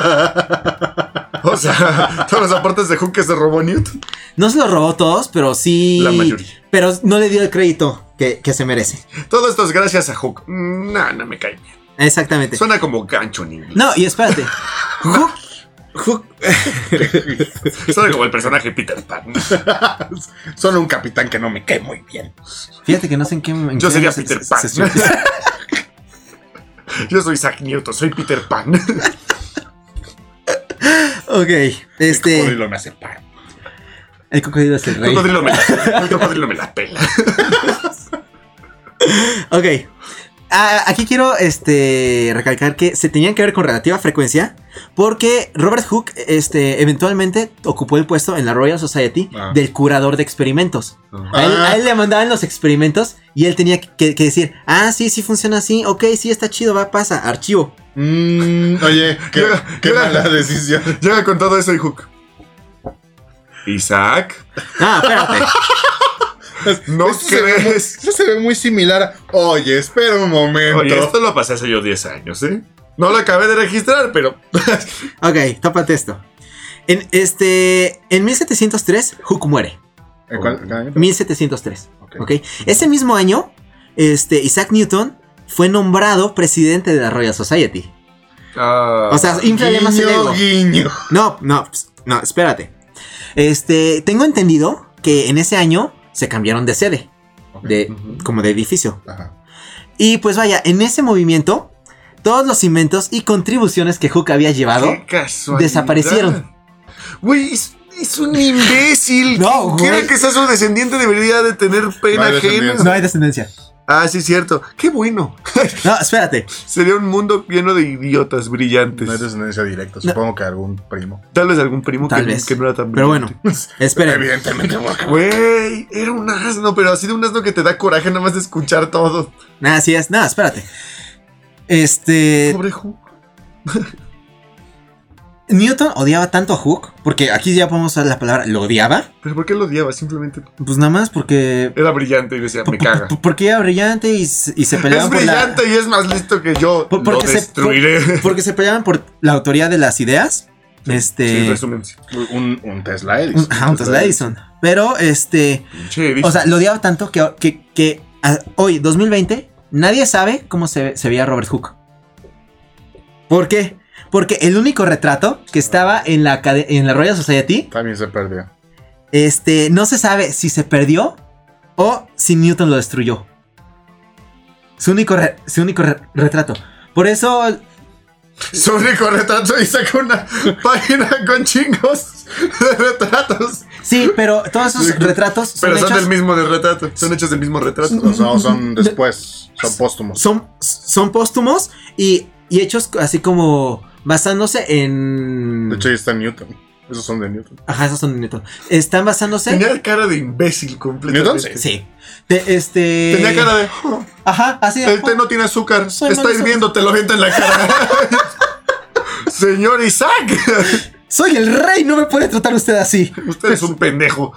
Speaker 1: O sea, todos los aportes de Hook que se robó Newton.
Speaker 2: No se los robó todos, pero sí...
Speaker 1: La mayoría.
Speaker 2: Pero no le dio el crédito que, que se merece.
Speaker 1: Todo esto es gracias a Hook. Mm, Nah, no me cae bien.
Speaker 2: Exactamente.
Speaker 1: Suena como gancho en inglés.
Speaker 2: No, y espérate. Hook, Hook-
Speaker 1: Suena como el personaje Peter Pan.
Speaker 3: Solo un capitán que no me cae muy bien.
Speaker 2: Fíjate que no sé en qué. en
Speaker 1: Yo
Speaker 2: qué
Speaker 1: sería
Speaker 2: se-
Speaker 1: Peter
Speaker 2: se-
Speaker 1: Pan.
Speaker 2: se- se-
Speaker 1: Yo soy Isaac Newton, soy Peter Pan.
Speaker 2: ok.
Speaker 3: El
Speaker 2: Este.
Speaker 3: cocodrilo me hace paro.
Speaker 2: El cocodrilo es el
Speaker 1: El
Speaker 2: rey.
Speaker 1: cocodrilo me la, el cocodrilo me la pela.
Speaker 2: Ok. Ah, aquí quiero este, recalcar que se tenían que ver con relativa frecuencia. Porque Robert Hooke este, eventualmente ocupó el puesto en la Royal Society
Speaker 3: Ah.
Speaker 2: del curador de experimentos.
Speaker 1: Ah,
Speaker 2: A él,
Speaker 3: Ah.
Speaker 2: a él le mandaban los experimentos y él tenía que, que decir, ah, sí, sí funciona así, ok, sí está chido, va, pasa, archivo.
Speaker 3: Mm, oye, qué,
Speaker 1: Llega-
Speaker 3: qué
Speaker 1: llega-
Speaker 3: mala decisión.
Speaker 1: Llega con todo eso y Hook. Isaac,
Speaker 2: Ah, espérate.
Speaker 1: no
Speaker 3: Esto se ve muy-
Speaker 1: crees.
Speaker 3: esto se ve muy similar a- Oye, espera un momento.
Speaker 1: Oye, esto lo pasé hace yo 10 años, ¿eh? No lo acabé de registrar, pero.
Speaker 2: ok, tópate esto. En, este, en 1703, Hook muere.
Speaker 3: ¿En cuál- cada año?
Speaker 2: 1703.
Speaker 3: Ok.
Speaker 2: ok. Ese mismo año, este, Isaac Newton fue nombrado presidente de la Royal Society.
Speaker 1: Ah,
Speaker 2: O sea, inflale más el
Speaker 3: Guiño,
Speaker 2: ego.
Speaker 3: guiño.
Speaker 2: No, no, ps- no, espérate. Este, tengo entendido que en ese año se cambiaron de sede, de,
Speaker 1: ujú.
Speaker 2: como de edificio.
Speaker 3: Ajá.
Speaker 2: Y pues vaya, en ese movimiento, todos los inventos y contribuciones que Hook había llevado.
Speaker 1: Qué casualidad.
Speaker 2: Desaparecieron.
Speaker 1: Güey, es, es un imbécil.
Speaker 2: No, güey.
Speaker 1: Quien quiera que sea su descendiente debería de tener pena
Speaker 3: No hay
Speaker 1: ajena.
Speaker 3: descendencia.
Speaker 2: No hay descendencia.
Speaker 1: Ah, sí, cierto. Qué bueno.
Speaker 2: No, espérate.
Speaker 1: Sería un mundo lleno de idiotas brillantes.
Speaker 3: No hay descendencia directa, supongo que algún primo.
Speaker 1: Tal vez algún primo
Speaker 2: Tal
Speaker 1: que,
Speaker 2: vez.
Speaker 1: que no era tan
Speaker 2: Pero bueno,
Speaker 1: brillante.
Speaker 2: esperen.
Speaker 3: Evidentemente, porque-
Speaker 1: Güey, era un asno, pero así de un asno que te da coraje nada más de escuchar todo.
Speaker 2: Nada, Ah, así es. Nada, espérate. Este.
Speaker 1: Pobre Ju.
Speaker 2: Newton odiaba tanto a Hook. Porque aquí ya podemos usar la palabra. ¿Lo odiaba?
Speaker 1: ¿Pero por qué lo odiaba? Simplemente
Speaker 2: Pues nada más porque.
Speaker 1: era brillante y decía, me caga.
Speaker 2: p- Porque era brillante y, se- y se
Speaker 1: Es
Speaker 2: peleaban por la.
Speaker 1: brillante y es más listo que yo.
Speaker 2: Por- porque
Speaker 1: lo
Speaker 2: se-
Speaker 1: destruiré.
Speaker 2: Porque se peleaban por la autoría de las ideas. Este.
Speaker 1: Sí, resumen. sí.
Speaker 3: Un, un Tesla Edison.
Speaker 2: un- ajá, Ah, un Tesla Edison. Pero este.
Speaker 1: Pinche Edison.
Speaker 2: O sea, lo odiaba tanto que, que- que, ah, hoy, 2020, nadie sabe cómo se, se veía Robert Hooke. ¿Por qué? Porque el único retrato que estaba en la, acade- en la Royal Society,
Speaker 3: También se perdió.
Speaker 2: este, no se sabe si se perdió o si Newton lo destruyó. Su único, re- su único re- retrato. Por eso,
Speaker 1: Su único retrato y saca una página con chingos de retratos.
Speaker 2: sí, pero todos esos retratos son,
Speaker 1: Pero son
Speaker 2: hechos-
Speaker 1: del mismo de retrato. Son hechos del mismo retrato.
Speaker 3: O sea, o son después, son póstumos.
Speaker 2: son, son póstumos y, y hechos así como basándose en...
Speaker 3: De hecho, ahí está Newton. Esos son de Newton.
Speaker 2: Ajá, esos son de Newton. Están basándose.
Speaker 1: Tenía cara de imbécil completamente.
Speaker 3: ¿Newton? Sí.
Speaker 2: Sí. Te- este.
Speaker 1: Tenía cara de. "Oh,
Speaker 2: Ajá, así de.
Speaker 1: el té no tiene azúcar.
Speaker 2: Soy
Speaker 1: Está
Speaker 2: malísimo.
Speaker 1: hirviendo, te lo avienta en la cara. Señor Isaac.
Speaker 2: Soy el rey, no me puede tratar usted así.
Speaker 1: Usted es un pendejo.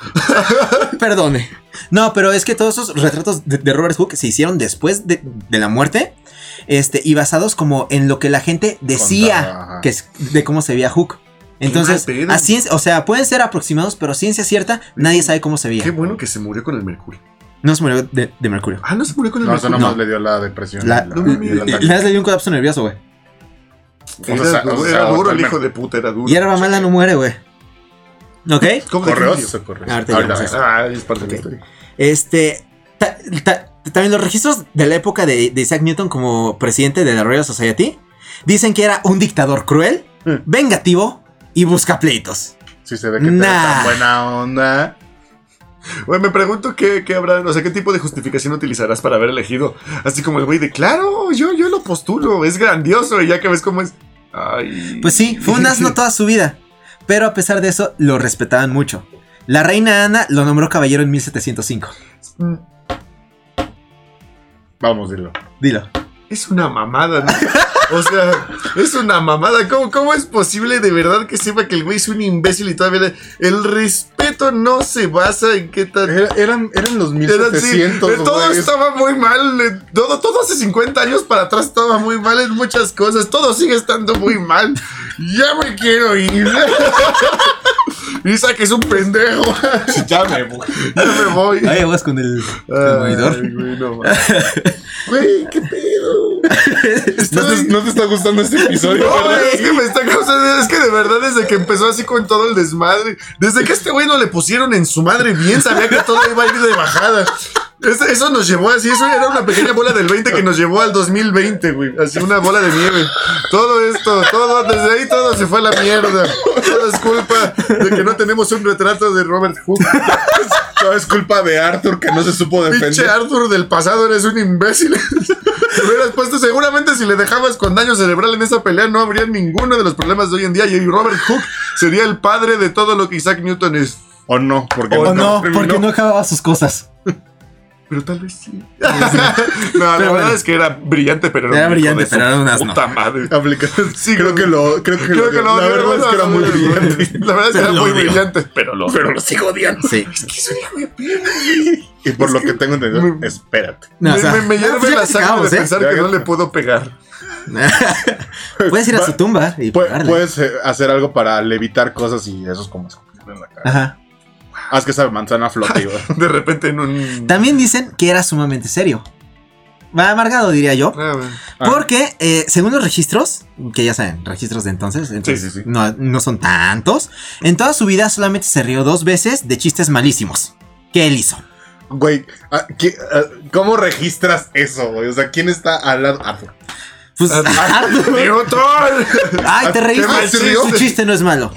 Speaker 2: Perdone. No, pero es que todos esos retratos de, de Robert Hooke se hicieron después de, de la muerte. Este, y basados como en lo que la gente decía
Speaker 3: Contaba, ajá.
Speaker 2: que es de cómo se veía Hooke. Entonces,
Speaker 1: mal pedo.
Speaker 2: a ciencia- o sea, pueden ser aproximados, pero ciencia cierta, nadie sabe cómo se veía.
Speaker 1: Qué bueno que se murió con el mercurio.
Speaker 2: No se murió de, de mercurio.
Speaker 1: Ah, no se murió con el
Speaker 3: No, eso
Speaker 1: mercurio.
Speaker 3: nomás
Speaker 2: No.
Speaker 3: le dio la depresión.
Speaker 2: La-
Speaker 3: y
Speaker 1: no mames.
Speaker 3: y el ataque.
Speaker 2: La vez le dio un colapso nervioso, güey.
Speaker 1: Era,
Speaker 3: O sea, o sea,
Speaker 1: era duro el
Speaker 3: totalmente.
Speaker 1: hijo de puta, era duro.
Speaker 2: Y ahora mala no muere, güey. ¿Ok?
Speaker 1: ¿Cómo te
Speaker 3: ¿Correos?
Speaker 1: definió?
Speaker 3: Se correos.
Speaker 2: Ahorita
Speaker 3: Ahorita
Speaker 2: llegamos a eso.
Speaker 1: Ah, es parte de la
Speaker 2: Ok.
Speaker 1: historia.
Speaker 2: Este. ta- ta- también los registros de la época de, de Isaac Newton como presidente de la Royal Society dicen que era un dictador cruel,
Speaker 3: Mm.
Speaker 2: vengativo y busca pleitos.
Speaker 3: Sí se ve que te
Speaker 2: Nah.
Speaker 3: tan buena onda.
Speaker 1: Güey, me pregunto qué, qué habrá, o sea, qué tipo de justificación utilizarás para haber elegido. Así como el güey de, claro, yo, yo lo postulo, es grandioso, y ya que ves cómo es. Ay.
Speaker 2: Pues sí, fue un asno toda su vida. Pero a pesar de eso, lo respetaban mucho. La reina Ana lo nombró caballero en 1705.
Speaker 1: "Mm,
Speaker 3: Vamos, dilo.
Speaker 2: Dilo.
Speaker 1: Es una mamada, ¿no? O sea, es una mamada. ¿Cómo, ¿Cómo es posible de verdad que sepa que el güey es un imbécil y todavía le- el respeto no se basa en qué tan.
Speaker 3: Era- Er, eran, eran los
Speaker 1: Era así,
Speaker 3: 1700,
Speaker 1: eh, todo
Speaker 3: güey.
Speaker 1: estaba muy mal, eh, todo, todo hace 50 años para atrás estaba muy mal en muchas cosas, todo sigue estando muy mal. Ya me quiero ir. Isaac es un pendejo.
Speaker 3: Ya me voy.
Speaker 1: Ya me voy.
Speaker 2: Ahí vas con el, con el
Speaker 1: Ay,
Speaker 2: movidor.
Speaker 1: güey, no mames. Güey, qué pedo.
Speaker 3: ¿No te, no te está gustando este episodio,
Speaker 1: No,
Speaker 3: ¿verdad?
Speaker 1: güey, es que me está causando. Es que de verdad, desde que empezó así con todo el desmadre, desde que a este güey no le pusieron en su madre bien, sabía que todo iba a ir de bajada. Es- Eso nos llevó así, eso era una pequeña bola del 20 que nos llevó al 2020, güey. Así una bola de nieve. Todo esto, todo, desde ahí todo se fue a la mierda. Todo es culpa de que no tenemos un retrato de Robert Hooke.
Speaker 3: Todo es culpa de Arthur que no se supo
Speaker 1: Pinche
Speaker 3: defender.
Speaker 1: Arthur del pasado, eres un imbécil. Te hubieras puesto, seguramente si le dejabas con daño cerebral en esa pelea, no habría ninguno de los problemas de hoy en día. Y Robert Hooke sería el padre de todo lo que Isaac Newton es.
Speaker 3: O no, porque
Speaker 2: O
Speaker 3: nunca
Speaker 2: no,
Speaker 3: terminó.
Speaker 2: porque no acababa sus cosas.
Speaker 1: Pero tal vez sí. no, la verdad
Speaker 2: bueno.
Speaker 1: es que era brillante, pero
Speaker 2: Era
Speaker 1: un hijo
Speaker 2: brillante,
Speaker 1: de su
Speaker 2: pero era un asno.
Speaker 1: Puta madre.
Speaker 3: Aplica-
Speaker 1: Sí,
Speaker 3: creo que lo. Creo que,
Speaker 1: Creo que lo
Speaker 3: La verdad es que era muy brillante.
Speaker 1: La verdad es que
Speaker 2: Pero
Speaker 1: era
Speaker 2: lo
Speaker 1: muy
Speaker 2: odio.
Speaker 1: brillante, pero lo.
Speaker 3: Pero lo sigo odiando.
Speaker 2: Sí.
Speaker 3: Y por lo que tengo entendido,
Speaker 1: Muy-
Speaker 3: espérate.
Speaker 2: No,
Speaker 1: me,
Speaker 2: o sea,
Speaker 1: me- me
Speaker 2: no,
Speaker 1: hierve
Speaker 2: pues ya
Speaker 1: la
Speaker 2: casi
Speaker 1: sangre de
Speaker 2: acabamos, ¿eh?
Speaker 1: pensar
Speaker 3: Ya,
Speaker 1: que
Speaker 3: ya.
Speaker 1: no le puedo pegar.
Speaker 2: Puedes ir a su tumba y
Speaker 3: Pu-
Speaker 2: pagarle.
Speaker 3: puedes eh, hacer algo para levitar cosas y eso es como escupirle en la cara.
Speaker 2: Ajá.
Speaker 3: Haz que esa manzana flote. güey.
Speaker 1: De repente en un.
Speaker 2: También dicen que era sumamente serio. Va amargado, diría yo.
Speaker 1: Ah, bueno.
Speaker 3: Ah.
Speaker 2: Porque, eh, según los registros, que ya saben, registros de entonces, entonces
Speaker 1: sí, sí.
Speaker 2: No, no son tantos, en toda su vida solamente se rió dos veces de chistes malísimos que él hizo.
Speaker 3: Güey, ah, ¿qué- ah, ¿cómo registras eso, güey? O sea, ¿quién está al lado? Arthur.
Speaker 2: Pues, Arthur,
Speaker 1: ¡Newton!
Speaker 2: ay, te reíste,
Speaker 1: mal
Speaker 2: su-
Speaker 1: chiste.
Speaker 2: su chiste no es malo.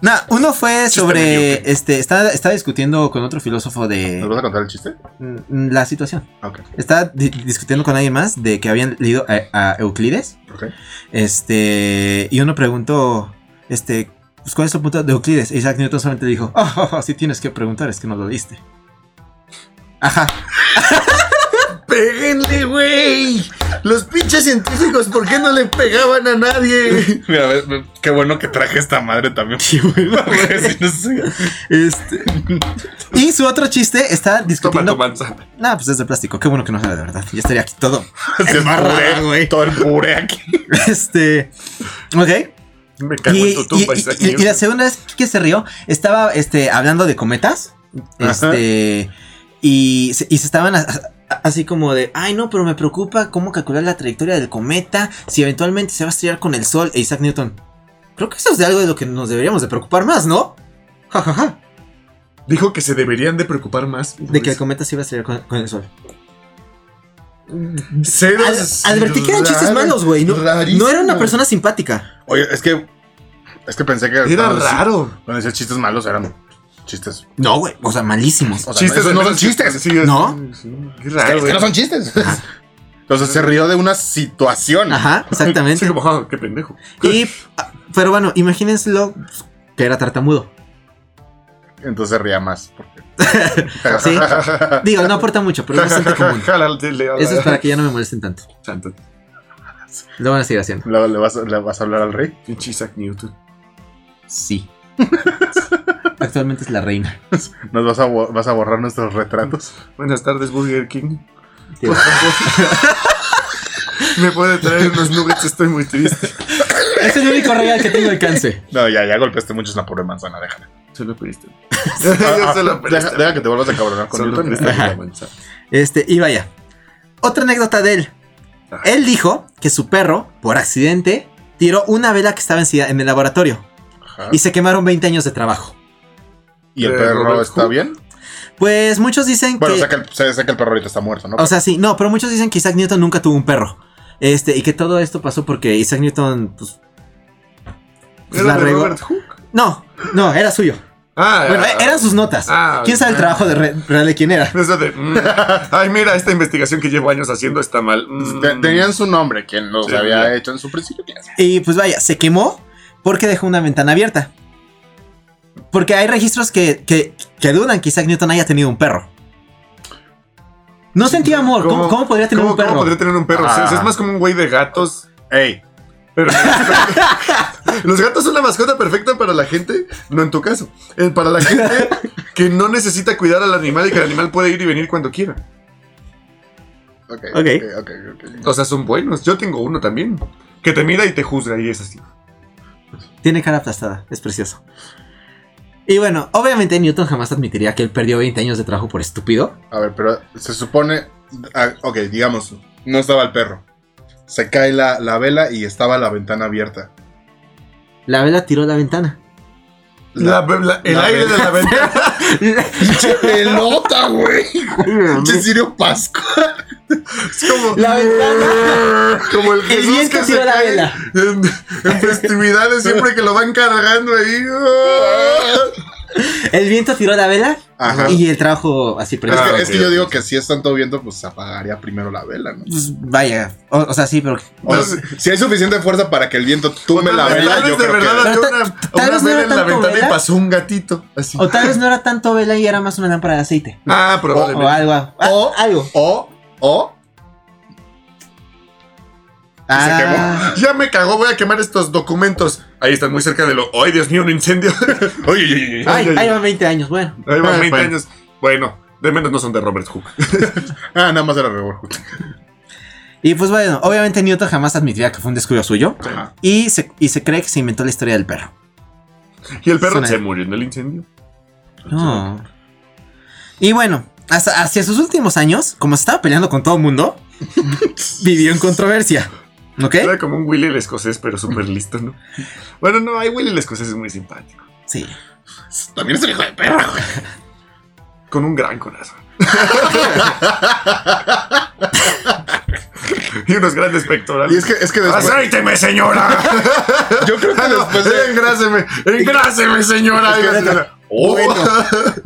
Speaker 2: No, uno fue sobre,
Speaker 3: mediocre.
Speaker 2: este, estaba, estaba discutiendo con otro filósofo
Speaker 3: ¿Nos
Speaker 2: de
Speaker 3: vas a contar el chiste?
Speaker 2: mm, la situación.
Speaker 3: Ok,
Speaker 2: Estaba di- discutiendo con alguien más de que habían leído a- a Euclides.
Speaker 3: ok.
Speaker 2: Este, y uno preguntó, este, pues, ¿cuál es el punto de Euclides? E Isaac Newton solamente dijo, oh, si tienes que preguntar, es que no lo diste. Ajá.
Speaker 1: ¡Péguenle, güey! Los pinches científicos, ¿por qué no le pegaban a nadie?
Speaker 3: Mira, ve- ve- qué bueno que traje esta madre también. Porque si no sé-
Speaker 2: Este. Y su otro chiste está
Speaker 1: Toma
Speaker 2: discutiendo.
Speaker 1: tu manzana.
Speaker 2: No, pues es de plástico. Qué bueno que no sea de verdad. Ya estaría aquí todo.
Speaker 3: se puré,
Speaker 2: güey.
Speaker 3: Todo el puré aquí.
Speaker 2: Este. Ok.
Speaker 1: Me cago
Speaker 2: y,
Speaker 1: en tu tumba,
Speaker 2: y-
Speaker 1: Isaac
Speaker 2: y- y la
Speaker 1: Newton.
Speaker 2: segunda vez que se rió, estaba este, hablando de cometas.
Speaker 3: Ajá.
Speaker 2: Este. Y, se- y se estaban a- a- así como de, ay no, pero me preocupa cómo calcular la trayectoria del cometa, si eventualmente se va a estrellar con el sol. E Isaac Newton, creo que eso es de algo de lo que nos deberíamos de preocupar más, ¿no? Ja, ja, ja.
Speaker 1: Dijo que se deberían de preocupar más.
Speaker 2: De que el cometa se iba a estrellar con, con el sol.
Speaker 1: Ceros.
Speaker 2: Al- advertí que eran chistes
Speaker 3: raro,
Speaker 2: malos, güey. No,
Speaker 3: rarísimo.
Speaker 2: no era una persona simpática.
Speaker 3: Oye, es que. Es que pensé que.
Speaker 1: Era
Speaker 3: cuando decí-
Speaker 1: raro.
Speaker 3: Pues, Cuando decía chistes malos eran chistes.
Speaker 2: No, güey. O sea, malísimos.
Speaker 3: O sea, esos no son chistes.
Speaker 1: Sí, es-
Speaker 2: ¿No?
Speaker 1: sí, Qué
Speaker 3: Es que-
Speaker 1: raro,
Speaker 3: es que
Speaker 1: güey.
Speaker 3: no son chistes. Entonces se rió de una situación.
Speaker 2: Ajá, exactamente.
Speaker 1: Sí, como, ah, qué pendejo.
Speaker 2: Y, ah, pero bueno, imagínenselo pues, que era tartamudo.
Speaker 3: Entonces ría más. porque-
Speaker 2: Sí. Digo, no aporta mucho, pero es bastante común. Eso es para que ya no me molesten tanto.
Speaker 1: Santo.
Speaker 2: Lo van a seguir haciendo.
Speaker 3: Luego le vas, le vas a hablar al rey.
Speaker 1: Pinche Isaac Newton.
Speaker 2: Sí. Actualmente es la reina.
Speaker 3: ¿Nos vas a, bo- vas a borrar nuestros retratos?
Speaker 1: Buenas tardes, Burger King. Por favor. ¿Me puede traer unos nuggets? Estoy muy triste.
Speaker 2: Es el único real que tengo alcance.
Speaker 3: No, ya, ya golpeaste mucho una pobre manzana, déjala. Ah,
Speaker 1: Se lo pediste. Ah, Yo se lo
Speaker 3: deja,
Speaker 1: pediste.
Speaker 3: deja que te vuelvas a cabronar con
Speaker 1: Solo
Speaker 3: Newton.
Speaker 1: pediste la
Speaker 2: Ajá.
Speaker 1: manzana.
Speaker 2: Este, y vaya. Otra anécdota de él. Él dijo que su perro, por accidente, tiró una vela que estaba encendida en el laboratorio
Speaker 3: Ajá.
Speaker 2: y se quemaron 20 años de trabajo.
Speaker 3: ¿Y el
Speaker 1: Eh,
Speaker 3: perro
Speaker 1: Robert
Speaker 3: está
Speaker 1: Hood.
Speaker 3: bien?
Speaker 2: Pues muchos dicen
Speaker 3: Bueno,
Speaker 2: que.
Speaker 3: saca el, se- saca el perro ahorita está muerto, ¿no?
Speaker 2: O sea, sí, no, pero muchos dicen que Isaac Newton nunca tuvo un perro. Este, y que todo esto pasó porque Isaac Newton, pues. pues,
Speaker 1: ¿Era
Speaker 2: la
Speaker 1: de
Speaker 2: regó.
Speaker 1: Robert Hook?
Speaker 2: No, no, era suyo.
Speaker 1: Ah,
Speaker 2: Bueno,
Speaker 1: ah,
Speaker 2: e- eran sus notas.
Speaker 1: ah,
Speaker 2: ¿Quién sabe el
Speaker 1: ah.
Speaker 2: trabajo de re- real de quién era?
Speaker 1: Eso de, mm, ay, mira, esta investigación que llevo años haciendo está mal. Mm.
Speaker 3: Te- tenían su nombre, quien los
Speaker 1: Sí,
Speaker 3: había
Speaker 1: ya.
Speaker 3: hecho en su principio. ¿quién sabe?
Speaker 2: Y pues vaya, se quemó porque dejó una ventana abierta. Porque hay registros que, que, que dudan que Isaac Newton haya tenido un perro. No sentía amor. ¿Cómo,
Speaker 1: ¿Cómo-
Speaker 2: cómo podría tener
Speaker 1: ¿Cómo,
Speaker 2: un perro?
Speaker 1: cómo podría tener un perro? O sea,
Speaker 3: Ah.
Speaker 1: es más como un güey de gatos.
Speaker 3: Ey,
Speaker 1: Pero, los gatos son la mascota perfecta para la gente, no en tu caso, eh, para la gente que no necesita cuidar al animal y que el animal puede ir y venir cuando quiera.
Speaker 3: ok,
Speaker 2: Ok.
Speaker 3: ok, ok, ok.
Speaker 1: O sea, son buenos. Yo tengo uno también. Que te mira y te juzga y es así.
Speaker 2: Tiene cara aplastada. Es precioso. Y bueno, obviamente Newton jamás admitiría que él perdió 20 años de trabajo por estúpido.
Speaker 3: A ver, pero se supone. ah, ok, digamos, no estaba el perro. Se cae la, la vela y estaba la ventana abierta.
Speaker 2: La vela tiró la ventana.
Speaker 1: La- la- el
Speaker 3: la
Speaker 1: aire de la ventana.
Speaker 3: ¡Pinche pelota, güey! ¡Pinche Sirio Pascual!
Speaker 1: Es como,
Speaker 2: La ventana.
Speaker 1: como el
Speaker 2: el
Speaker 1: Jesús
Speaker 2: viento
Speaker 1: que se
Speaker 2: tiró la
Speaker 1: cae
Speaker 2: vela.
Speaker 1: En, en festividades siempre que lo van cargando ahí. Ah,
Speaker 2: El viento tiró la vela
Speaker 3: Ajá.
Speaker 2: y el trabajo así
Speaker 3: Es
Speaker 2: prendió.
Speaker 1: Ah,
Speaker 3: que, es
Speaker 1: ok,
Speaker 3: que yo
Speaker 1: ok.
Speaker 3: digo que si es tanto viento, pues se apagaría primero la vela, ¿no?
Speaker 2: Pues, vaya, o, o sea, sí, pero
Speaker 3: O sea,
Speaker 1: Entonces-
Speaker 3: si hay suficiente fuerza para que el viento
Speaker 1: O
Speaker 3: tumbe
Speaker 1: tal
Speaker 3: la
Speaker 1: vez-
Speaker 3: vela,
Speaker 1: tal vez
Speaker 3: yo
Speaker 1: Pues, de
Speaker 3: creo
Speaker 1: verdad
Speaker 3: que.
Speaker 1: había
Speaker 2: Pero
Speaker 1: una,
Speaker 2: ta- tal
Speaker 1: una
Speaker 2: vez no
Speaker 1: vela
Speaker 2: era
Speaker 1: en la
Speaker 2: tanto
Speaker 1: ventana
Speaker 2: vela.
Speaker 1: y pasó un gatito. Así.
Speaker 2: O tal vez no era tanto vela y era más una lámpara de aceite.
Speaker 1: Ah,
Speaker 2: O
Speaker 1: probablemente.
Speaker 2: algo. ah,
Speaker 3: O-
Speaker 2: algo.
Speaker 3: O, o,
Speaker 2: Ah,
Speaker 1: Ya me cagó, voy a quemar estos documentos. Ahí están muy cerca de lo. ¡Ay, Dios mío, un incendio!
Speaker 3: oye, oye, oye, oye.
Speaker 2: Ay,
Speaker 1: Ay, ay,
Speaker 2: ahí
Speaker 1: ay.
Speaker 2: van 20 años, bueno.
Speaker 1: Ahí van
Speaker 3: Ah,
Speaker 1: 20
Speaker 3: bueno.
Speaker 1: años. Bueno, de menos no son de Robert Hook.
Speaker 3: Ah, nada más era reborjo.
Speaker 2: Y pues bueno, obviamente Newton jamás admitiría que fue un descuido suyo.
Speaker 3: Ajá.
Speaker 2: Y se, y se cree que se inventó la historia del perro.
Speaker 1: Y el perro
Speaker 2: Suena-
Speaker 1: se murió en el incendio.
Speaker 2: No. Y bueno, hasta hacia sus últimos años, como se estaba peleando con todo el mundo, vivió en controversia. ¿Ok?
Speaker 1: Era como un Willy el escocés, pero súper listo, ¿no? Bueno, no, hay Willy el escocés es muy simpático.
Speaker 2: Sí.
Speaker 3: También es el hijo de perra, güey.
Speaker 1: Con un gran corazón. y unos grandes
Speaker 3: Y
Speaker 1: pectorales.
Speaker 3: es que, es que después.
Speaker 1: ¡Aceíteme, señora! Ah,
Speaker 3: Yo creo que después de.
Speaker 1: eh. ¡Engráseme! ¡Engráseme, señora!
Speaker 3: Es que-
Speaker 1: Y la señora, ¡Oh!
Speaker 3: Bueno.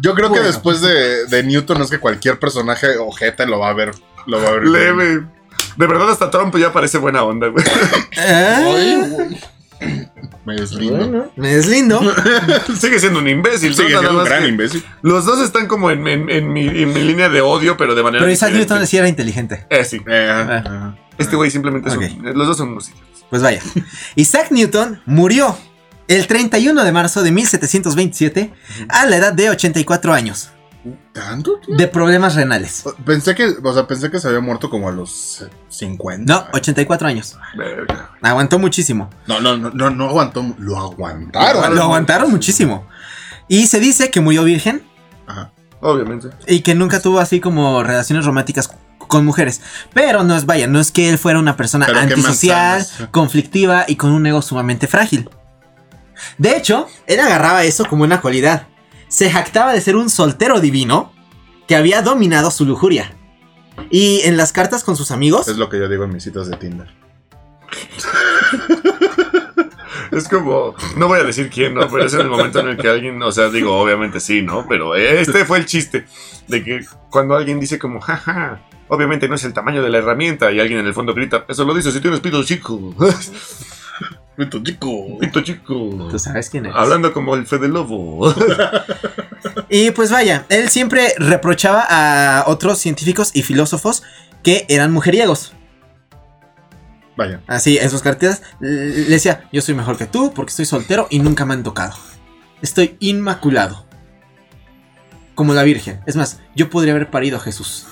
Speaker 3: Yo creo que
Speaker 2: Bueno.
Speaker 3: después de, de Newton es que cualquier personaje ojete lo va a ver. Lo va a ver.
Speaker 1: Leve. De verdad, hasta Trump ya parece buena onda, güey.
Speaker 2: Ah,
Speaker 3: Ay, güey. Me deslindo.
Speaker 2: es lindo.
Speaker 1: Sigue siendo un imbécil. ¿no?
Speaker 3: Sigue
Speaker 1: Nada
Speaker 3: siendo un
Speaker 1: más
Speaker 3: gran
Speaker 1: que-
Speaker 3: imbécil.
Speaker 1: Los dos están como en, en- en mi, en mi línea de odio, pero de manera.
Speaker 2: Pero Isaac
Speaker 1: diferente.
Speaker 2: Newton sí era inteligente.
Speaker 1: Eh, sí.
Speaker 3: Eh,
Speaker 2: Ah.
Speaker 3: ajá.
Speaker 1: Este güey simplemente es un-
Speaker 2: Ok.
Speaker 1: Los dos son unos idiotas.
Speaker 2: Pues vaya. Isaac Newton murió el 31 de marzo de 1727 a la edad de 84 años
Speaker 3: Eh, ¿Tanto? tío?
Speaker 2: de problemas renales.
Speaker 3: Pensé que, o sea, pensé que se había muerto como a los eh, 50.
Speaker 2: No, 84 años.
Speaker 1: Verga.
Speaker 2: Aguantó muchísimo.
Speaker 3: No, no, no, no, no aguantó. Lo aguantaron.
Speaker 2: Lo aguantaron muchísimo. Y se dice que murió virgen
Speaker 3: Ajá.
Speaker 1: Obviamente.
Speaker 2: y que nunca tuvo así como relaciones románticas con mujeres. Pero no es vaya, no es que él fuera una persona
Speaker 3: Pero qué
Speaker 2: antisocial,
Speaker 3: manzanas.
Speaker 2: conflictiva y con un ego sumamente frágil. De hecho, él agarraba eso como una cualidad. Se jactaba de ser un soltero divino que había dominado su lujuria. Y en las cartas con sus amigos,
Speaker 3: Es lo que yo digo en mis citas de Tinder.
Speaker 1: Es como. No voy a decir quién, ¿no? Pero es en el momento en el que alguien. O sea, digo, obviamente sí, ¿no? Pero este fue el chiste. De que cuando alguien dice, como, jaja. Obviamente no es el tamaño de la herramienta y alguien en el fondo grita, eso lo dice si tienes pito chico.
Speaker 3: Pito chico.
Speaker 1: pito chico.
Speaker 2: tú sabes quién es.
Speaker 1: Hablando como el Fede Lobo.
Speaker 2: Y pues vaya, él siempre reprochaba a otros científicos y filósofos que eran mujeriegos.
Speaker 3: Vaya.
Speaker 2: Así, en sus cartitas, le le decía, yo soy mejor que tú porque estoy soltero y nunca me han tocado. Estoy inmaculado. Como la Virgen. Es más, yo podría haber parido a Jesús.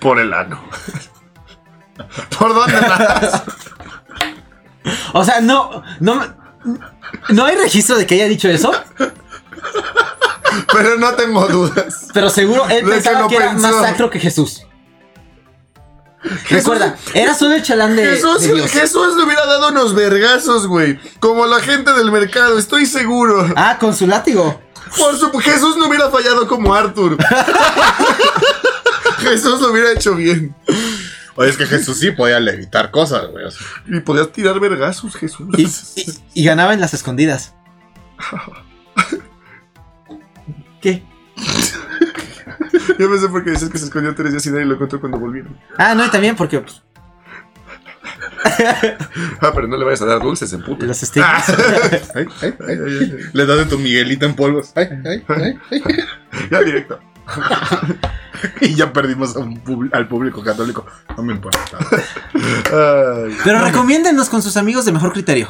Speaker 1: Por el ano. ¿Por dónde vas?
Speaker 2: O sea, no, no, no hay registro de que haya dicho eso,
Speaker 1: Pero no tengo dudas.
Speaker 2: pero seguro él
Speaker 1: De que
Speaker 2: pensaba
Speaker 1: lo
Speaker 2: que era
Speaker 1: pensó.
Speaker 2: más sacro que Jesús. Recuerda, era solo el chalán de,
Speaker 1: Jesús,
Speaker 2: de Dios.
Speaker 1: Jesús le hubiera dado unos vergazos, güey. Como la gente del mercado, estoy seguro.
Speaker 2: Ah, con su látigo.
Speaker 1: Por su, Jesús no hubiera fallado como Arthur. Jesús lo hubiera hecho bien.
Speaker 3: Oye, es que Jesús sí podía levitar cosas, güey. o sea.
Speaker 1: Y podías tirar vergazos, Jesús.
Speaker 2: Y, y- y ganaba en las escondidas. ¿Qué?
Speaker 1: Yo pensé porque decías que se escondió tres días y nadie lo encontró cuando volvieron.
Speaker 2: Ah, no, y también porque pues,
Speaker 1: Ah, pero no le vayas a dar dulces en puta.
Speaker 2: los estigmas.
Speaker 3: Ay, ay, ay, ay. Le das de tu Miguelita en polvos. Ay, ay, ay, ay.
Speaker 1: Ya directo.
Speaker 3: Y ya perdimos a un pub- al público católico. No me importa.
Speaker 1: Ay.
Speaker 2: Pero recomiéndenos con sus amigos de mejor criterio.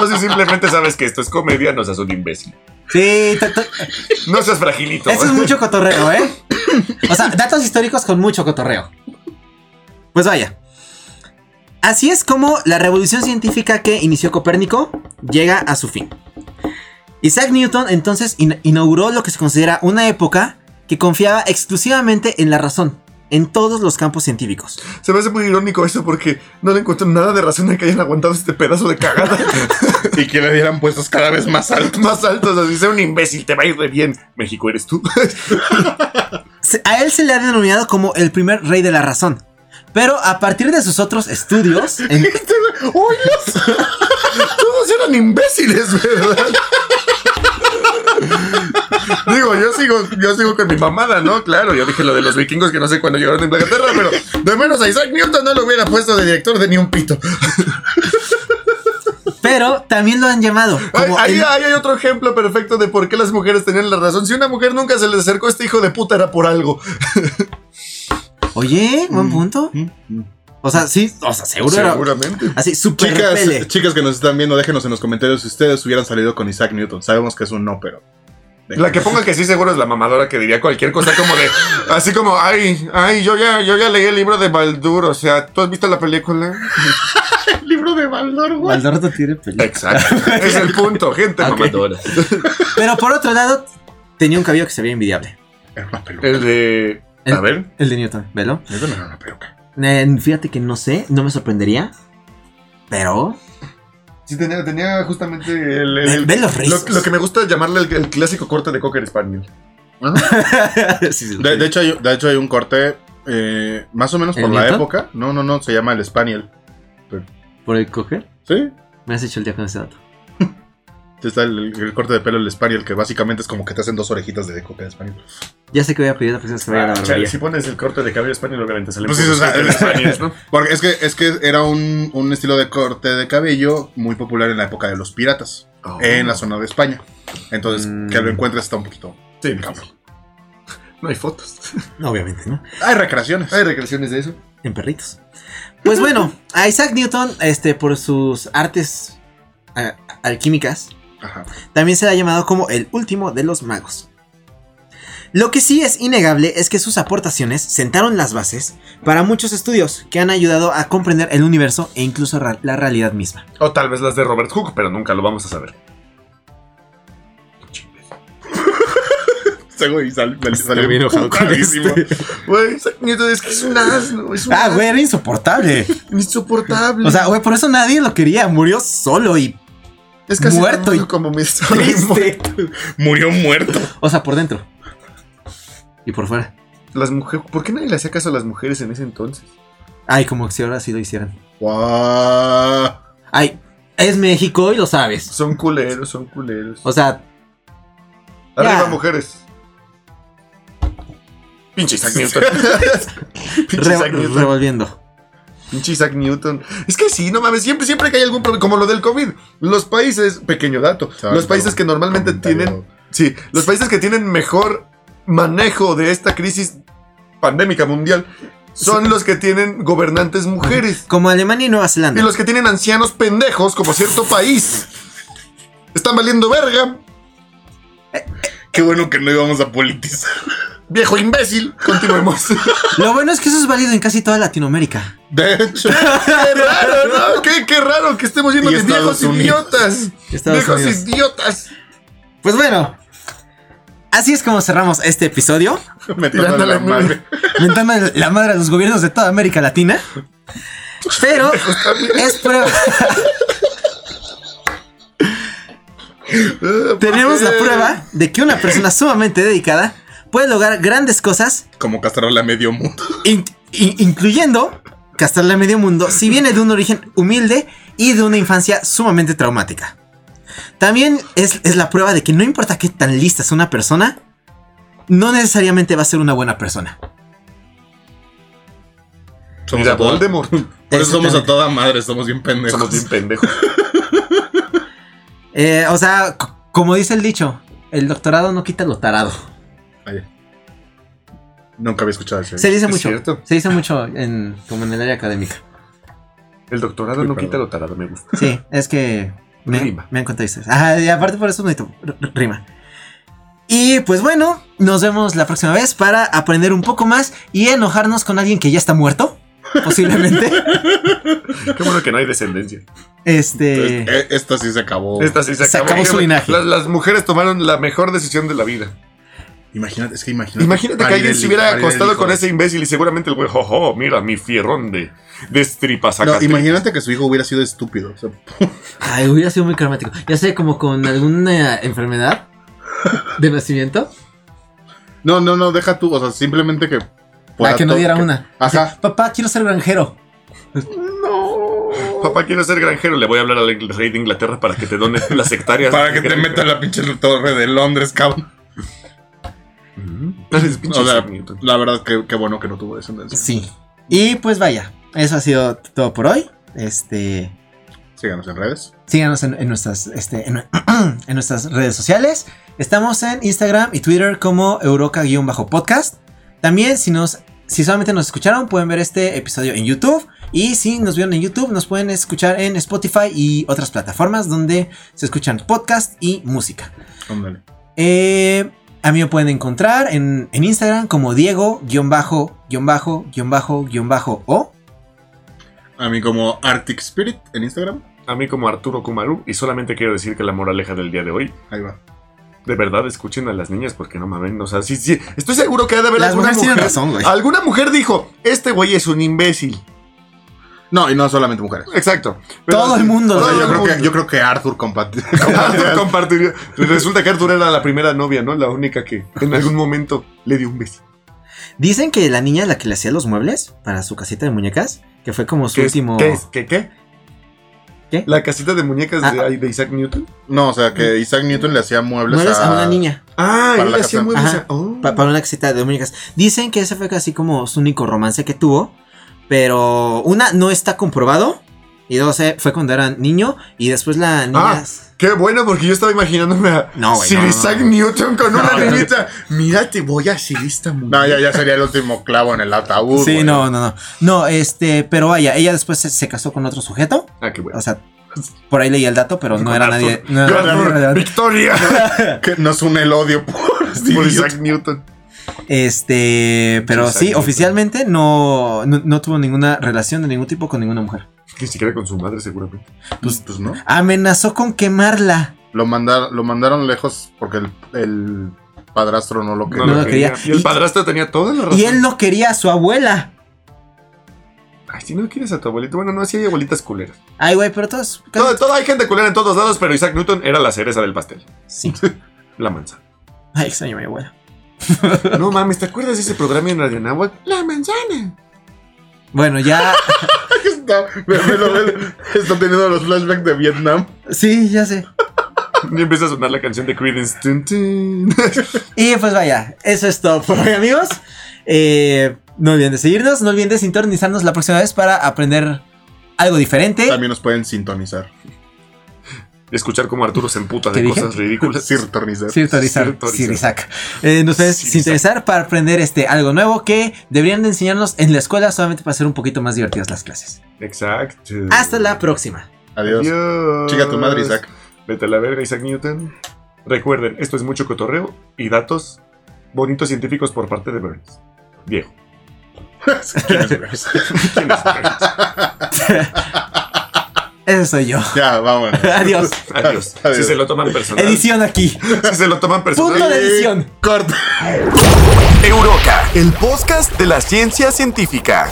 Speaker 1: O si simplemente sabes que esto es comedia, no seas un imbécil.
Speaker 2: Sí, to- to-
Speaker 1: No seas fragilito.
Speaker 2: Eso es mucho cotorreo, ¿eh? O sea, datos históricos con mucho cotorreo. Pues vaya. Así es como la revolución científica que inició Copérnico llega a su fin. Isaac Newton entonces in- inauguró lo que se considera una época que confiaba exclusivamente en la razón, en todos los campos científicos.
Speaker 1: Se me hace muy irónico esto porque no le encuentro nada de razón en que hayan aguantado este pedazo de cagada
Speaker 3: Y que le dieran puestos cada vez más altos.
Speaker 1: más altos. Así sea un imbécil, te va a ir de bien. México eres tú.
Speaker 2: Se- A él se le ha denominado como el primer rey de la razón. Pero a partir de sus otros estudios, en-
Speaker 1: Este ¡Uy, los- Todos eran imbéciles, ¿verdad? Digo, yo sigo, yo sigo con mi mamada, ¿no? Claro, yo dije lo de los vikingos que no sé cuándo llegaron a Inglaterra, pero de menos a Isaac Newton no lo hubiera puesto de director de ni un pito.
Speaker 2: pero también lo han llamado
Speaker 1: Ay,
Speaker 2: como
Speaker 1: Ahí,
Speaker 2: el-
Speaker 1: ahí hay otro ejemplo perfecto de por qué las mujeres tenían la razón. Si una mujer nunca se le acercó a este hijo de puta era por algo.
Speaker 2: Oye, buen punto. O sea, sí, o sea, seguro era
Speaker 1: Seguramente.
Speaker 2: así, super
Speaker 3: Chicas,
Speaker 1: eh,
Speaker 2: pele.
Speaker 3: chicas que nos están viendo, déjenos en los comentarios si ustedes hubieran salido con Isaac Newton. Sabemos que es un no, pero.
Speaker 1: La que ponga que sí seguro es la mamadora que diría cualquier cosa como de así como ay, ay, yo ya, yo ya leí el libro de Baldur, o sea, ¿tú has visto la película?
Speaker 3: El libro de Baldor,
Speaker 2: Baldor no tiene pele.
Speaker 1: Exacto. es el punto, gente
Speaker 2: Ok.
Speaker 1: mamadora.
Speaker 2: Pero por otro lado, tenía un cabello que se veía envidiable.
Speaker 3: Era una peluca.
Speaker 1: El de
Speaker 2: El-
Speaker 1: A ver.
Speaker 2: El de Newton, ¿velo?
Speaker 3: Newton era una peluca.
Speaker 2: Eh, fíjate que no sé, no me sorprendería. Pero.
Speaker 1: Sí tenía, tenía justamente el,
Speaker 2: Ve- ve los rizos.
Speaker 1: lo, lo que me gusta llamarle el, el clásico corte de Cocker Spaniel.
Speaker 2: Sí, sí,
Speaker 3: De, de hecho, hay, de hecho, hay un corte eh, más o menos por
Speaker 2: ¿El
Speaker 3: la
Speaker 2: Newton?
Speaker 3: época. No, no, no. Se llama el Spaniel.
Speaker 2: Por el coger,
Speaker 3: Sí.
Speaker 2: me has hecho el día con ese dato.
Speaker 3: Está el, el corte de pelo el Spaniel, que básicamente es como que te hacen dos orejitas de coca de Spaniel.
Speaker 2: Ya sé que voy a pedir a la persona que se vaya a la
Speaker 1: Ah, chale,
Speaker 2: barbería.
Speaker 1: si pones el corte de cabello Spaniel, obviamente sale
Speaker 3: Pues sí,
Speaker 1: puros
Speaker 3: o sea,
Speaker 1: Cocker Spaniels, ¿no?
Speaker 3: Porque es que, es que era un, un estilo de corte de cabello muy popular en la época de los piratas,
Speaker 1: Oh.
Speaker 3: en la zona de España. Entonces,
Speaker 2: Mm.
Speaker 3: que lo encuentres está un poquito.
Speaker 1: Sí, cabrón. No hay fotos.
Speaker 2: No, Obviamente, ¿no?
Speaker 3: Hay recreaciones.
Speaker 1: Hay recreaciones de eso.
Speaker 2: En perritos. Pues bueno, a Isaac Newton, este, por sus artes eh, alquímicas,
Speaker 3: Ajá.
Speaker 2: También se le ha llamado como el último de los magos. Lo que sí es innegable es que sus aportaciones sentaron las bases para muchos estudios que han ayudado a comprender el universo e incluso ra- la realidad misma.
Speaker 1: O tal vez las de Robert Hooke, pero nunca lo vamos a saber.
Speaker 3: Seguro y sal- sal- salió
Speaker 2: bien enojado con
Speaker 3: putadísimo.
Speaker 1: este. Güey, Isaac Newton es que es un asno, es un
Speaker 2: Ah, güey, era insoportable.
Speaker 1: insoportable.
Speaker 2: O sea, güey, por eso nadie lo quería. Murió solo y
Speaker 1: es
Speaker 2: muerto
Speaker 1: tan
Speaker 2: y
Speaker 1: malo como mi
Speaker 2: triste.
Speaker 3: Murió muerto.
Speaker 2: O sea, por dentro. Y por fuera.
Speaker 1: Las mujeres, ¿por qué nadie le hacía caso a las mujeres en ese entonces?
Speaker 2: Ay, como si ahora sí lo hicieran.
Speaker 3: Guau.
Speaker 2: Ay, es México y lo sabes.
Speaker 1: Son culeros, son culeros.
Speaker 2: O sea,
Speaker 1: Arriba
Speaker 2: ya.
Speaker 1: mujeres. Pinche Isaac Newton. Pinche
Speaker 2: re-
Speaker 1: Isaac Newton.
Speaker 2: revolviendo.
Speaker 1: Pinche Isaac Newton. Es que sí, no mames, siempre, siempre que hay algún problema, como lo del COVID. Los países, pequeño dato,
Speaker 3: Exacto.
Speaker 1: los países que normalmente
Speaker 3: Comentario.
Speaker 1: tienen, sí, los países que tienen mejor manejo de esta crisis pandémica mundial son los que tienen gobernantes mujeres
Speaker 2: Como Alemania y Nueva
Speaker 1: y
Speaker 2: Zelanda.
Speaker 1: los que tienen ancianos pendejos como cierto país. Están valiendo verga,
Speaker 3: Qué bueno que no íbamos a politizar.
Speaker 1: viejo imbécil. Continuemos.
Speaker 2: Lo bueno es que eso es válido en casi toda Latinoamérica.
Speaker 3: De hecho,
Speaker 1: qué raro, ¿no? Qué, qué raro que estemos llenos
Speaker 3: Y
Speaker 1: de
Speaker 3: Estados
Speaker 1: viejos
Speaker 3: Unidos.
Speaker 1: idiotas.
Speaker 2: Estados
Speaker 1: viejos
Speaker 2: Unidos.
Speaker 1: idiotas.
Speaker 2: Pues bueno. Así es como cerramos este episodio.
Speaker 3: me tratan
Speaker 1: Tirándole
Speaker 3: la madre.
Speaker 2: Mentando la madre a los gobiernos de toda América Latina. Pero es prueba. Tenemos
Speaker 1: Pues,
Speaker 2: la
Speaker 1: eh.
Speaker 2: prueba de que una persona sumamente dedicada puede lograr grandes cosas,
Speaker 3: Como castrarle a medio mundo.
Speaker 2: in- in- incluyendo castrarle a medio mundo, si viene de un origen humilde y de una infancia sumamente traumática. También es, es la prueba de que no importa qué tan lista es una persona, no necesariamente va a ser una buena persona.
Speaker 3: Somos
Speaker 1: Mira,
Speaker 3: a toda-
Speaker 1: Voldemort.
Speaker 3: Por eso somos a
Speaker 2: Exactamente.
Speaker 3: toda madre, somos bien pendejos.
Speaker 1: Somos bien pendejos.
Speaker 2: Eh, o sea, c- como dice el dicho, el doctorado no quita lo tarado.
Speaker 3: Vaya. Nunca había escuchado eso.
Speaker 2: Se dice
Speaker 1: es
Speaker 2: mucho.
Speaker 1: cierto.
Speaker 2: Se dice mucho en, como en el área académica.
Speaker 1: El doctorado
Speaker 3: Muy
Speaker 1: no
Speaker 3: perdón.
Speaker 1: quita lo tarado, me gusta.
Speaker 2: Sí, es que me,
Speaker 1: Rima.
Speaker 2: me han contado historias. Ajá, y aparte por eso es bonito. r- r- Rima. Y pues bueno, nos vemos la próxima vez para aprender un poco más y enojarnos con alguien que ya está muerto, posiblemente.
Speaker 1: Qué bueno que no hay descendencia.
Speaker 2: este.
Speaker 3: Entonces, e- Esta sí se acabó.
Speaker 1: Esta sí se
Speaker 2: Se
Speaker 1: acabó.
Speaker 2: acabó su linaje.
Speaker 1: Las, las mujeres tomaron la mejor decisión de la vida.
Speaker 3: Imagínate, es que imagínate.
Speaker 1: Imagínate que
Speaker 3: parir
Speaker 1: alguien
Speaker 3: el-
Speaker 1: se hubiera
Speaker 3: parir el
Speaker 1: acostado
Speaker 3: hijo
Speaker 1: con
Speaker 3: de-
Speaker 1: ese imbécil y seguramente el güey, jojo, mira mi fierrón de, de estripas
Speaker 3: No,
Speaker 1: acá.
Speaker 3: imagínate que su hijo hubiera sido estúpido. o sea,
Speaker 2: Ay, hubiera sido muy karmático. Ya sé, como con alguna enfermedad de nacimiento.
Speaker 3: no, no, no, deja tú. O sea, simplemente que.
Speaker 2: Para
Speaker 3: fuera
Speaker 2: que no
Speaker 3: to-
Speaker 2: diera
Speaker 3: que-
Speaker 2: una.
Speaker 3: Ajá.
Speaker 2: Papá, quiero ser granjero.
Speaker 1: Papá, quiero ser granjero. Le voy a hablar al Ingl- rey de Inglaterra para que te donen las hectáreas.
Speaker 3: Para que te meta la pinche torre de Londres, cabrón.
Speaker 1: Mm, eres pinche
Speaker 3: O sea,
Speaker 1: Newton.
Speaker 3: la verdad, que, que bueno que no tuvo descendencia.
Speaker 2: Sí. Y pues vaya, eso ha sido todo por hoy. Este.
Speaker 3: Síganos en redes.
Speaker 2: Síganos en, en nuestras, este, en, en nuestras redes sociales. Estamos en Instagram y Twitter como Euroca-podcast. También si nos... Si solamente nos escucharon, pueden ver este episodio en YouTube. Y si nos vieron en YouTube, nos pueden escuchar en Spotify y otras plataformas donde se escuchan podcast y música.
Speaker 3: Ándale.
Speaker 2: Eh, a mí me pueden encontrar en, en Instagram como Diego-o.
Speaker 3: A mí como Arctic Spirit en Instagram.
Speaker 1: A mí como Arturo Kumaru. Y solamente quiero decir que la moraleja del día de hoy
Speaker 3: Ahí va.
Speaker 1: De verdad, escuchen a las niñas porque no mamen. O sea, sí, sí. Estoy seguro que ha de haber
Speaker 2: Las
Speaker 1: alguna
Speaker 2: mujeres
Speaker 1: mujer.
Speaker 2: tienen razón, güey.
Speaker 1: Alguna mujer dijo: Este güey es un imbécil.
Speaker 3: No, y no solamente mujeres.
Speaker 1: Exacto.
Speaker 2: Todo el mundo,
Speaker 3: O
Speaker 1: Todo
Speaker 3: sea,
Speaker 1: el
Speaker 3: yo, creo
Speaker 1: mundo.
Speaker 3: que, yo creo que Arthur compartió.
Speaker 1: Arthur compartiría. Resulta que Arthur era la primera novia, ¿no? La única que
Speaker 2: Pues,
Speaker 1: en algún momento le dio un beso.
Speaker 2: Dicen que la niña a la que le hacía los muebles para su casita de muñecas, que fue como su
Speaker 1: ¿Qué es?
Speaker 2: último.
Speaker 1: ¿Qué es? ¿Qué, qué?
Speaker 2: ¿Qué?
Speaker 1: ¿La casita de muñecas de,
Speaker 2: Ah.
Speaker 1: ay, de Isaac Newton?
Speaker 3: No, o sea, que Isaac Newton le hacía muebles,
Speaker 2: muebles a una niña
Speaker 1: Ah,
Speaker 3: Para
Speaker 1: él
Speaker 3: la
Speaker 1: hacía
Speaker 3: casa.
Speaker 1: muy bien.
Speaker 2: Ajá.
Speaker 1: esa- oh.
Speaker 2: pa- para una casita de muñecas. Dicen que ese fue casi como su único romance que tuvo, pero una no está comprobado y dos eh, fue cuando era niño y después la niña.
Speaker 1: Ah. Qué bueno, porque yo estaba imaginándome a
Speaker 2: No, güey,
Speaker 1: Sir
Speaker 2: no,
Speaker 1: Isaac
Speaker 2: no.
Speaker 1: Newton con una
Speaker 2: No, no.
Speaker 1: niñita. Mira, te voy a hacer esta mujer.
Speaker 3: No, ya, ya sería el último clavo en el ataúd.
Speaker 2: Sí,
Speaker 3: uh, güey.
Speaker 2: no, no, no. No, este, pero vaya, ella después se, se casó con otro sujeto.
Speaker 1: Ah, qué bueno.
Speaker 2: O sea, por ahí leí el dato, pero no
Speaker 1: Con
Speaker 2: era
Speaker 1: Arthur.
Speaker 2: nadie. No
Speaker 1: Yo,
Speaker 2: era nadie
Speaker 1: Arthur,
Speaker 2: relevante.
Speaker 1: Victoria.
Speaker 3: Que nos une el odio por este
Speaker 1: por
Speaker 3: idiota.
Speaker 1: Isaac Newton.
Speaker 2: Este, pero sí,
Speaker 1: Exacto.
Speaker 2: oficialmente no, no, no tuvo ninguna relación de ningún tipo con ninguna mujer.
Speaker 1: Ni siquiera con su madre, seguramente.
Speaker 3: Pues, pues no.
Speaker 2: Amenazó con quemarla.
Speaker 3: Lo, mandar, lo mandaron lejos porque el, el padrastro no lo quería.
Speaker 2: No lo quería.
Speaker 1: Y el
Speaker 2: Y-
Speaker 1: padrastro tenía toda la razón.
Speaker 2: Y él no quería a su abuela.
Speaker 1: Ay, si no quieres a tu abuelito. Bueno, no, sí hay abuelitas culeras.
Speaker 2: Ay, güey, pero todos.
Speaker 1: Todo, todo- hay gente culera en todos lados, pero Isaac Newton era la cereza del pastel.
Speaker 2: Sí.
Speaker 1: La manzana.
Speaker 2: Ay, extraño a mi abuela.
Speaker 1: No mames, ¿te acuerdas de ese programa en Radio Nahuatl? La manzana.
Speaker 2: Bueno, ya.
Speaker 3: Está, ve- velo, velo. Está teniendo los flashbacks de Vietnam.
Speaker 2: sí, ya sé.
Speaker 1: Y empieza a sonar la canción de Creedence. Tun, tun.
Speaker 2: Y pues vaya, eso es todo por hoy, amigos. Eh, no olviden de seguirnos, no olviden de sintonizarnos la próxima vez para aprender algo diferente.
Speaker 3: También nos pueden sintonizar.
Speaker 1: escuchar cómo Arturo se emputa
Speaker 2: ¿Qué
Speaker 1: de
Speaker 2: dije?
Speaker 1: cosas ridículas.
Speaker 3: Sir Tornister.
Speaker 2: Sí, autorizar.
Speaker 1: Sirtorizar.
Speaker 2: Sirisac. Eh, nos puedes
Speaker 1: Sirisac.
Speaker 2: sintonizar para aprender este, algo nuevo que deberían de enseñarnos en la escuela solamente para hacer un poquito más divertidas las clases.
Speaker 1: Exacto.
Speaker 2: Hasta la próxima.
Speaker 3: Adiós.
Speaker 1: Adiós.
Speaker 3: Chica tu madre, Isaac.
Speaker 1: Vete a la verga, Isaac Newton. Recuerden, esto es mucho cotorreo y datos bonitos científicos por parte de Burns. Viejo.
Speaker 3: ¿Quién es Burns?
Speaker 1: ¿Quién es Burns?
Speaker 2: Eso soy yo.
Speaker 3: ya, vámonos.
Speaker 2: Adiós.
Speaker 1: Adiós.
Speaker 3: Adiós.
Speaker 1: Si se lo toman personal.
Speaker 2: Edición aquí.
Speaker 1: Si se lo toman personal.
Speaker 2: Punto de edición.
Speaker 3: Corta.
Speaker 4: Euroca, el podcast de la ciencia científica.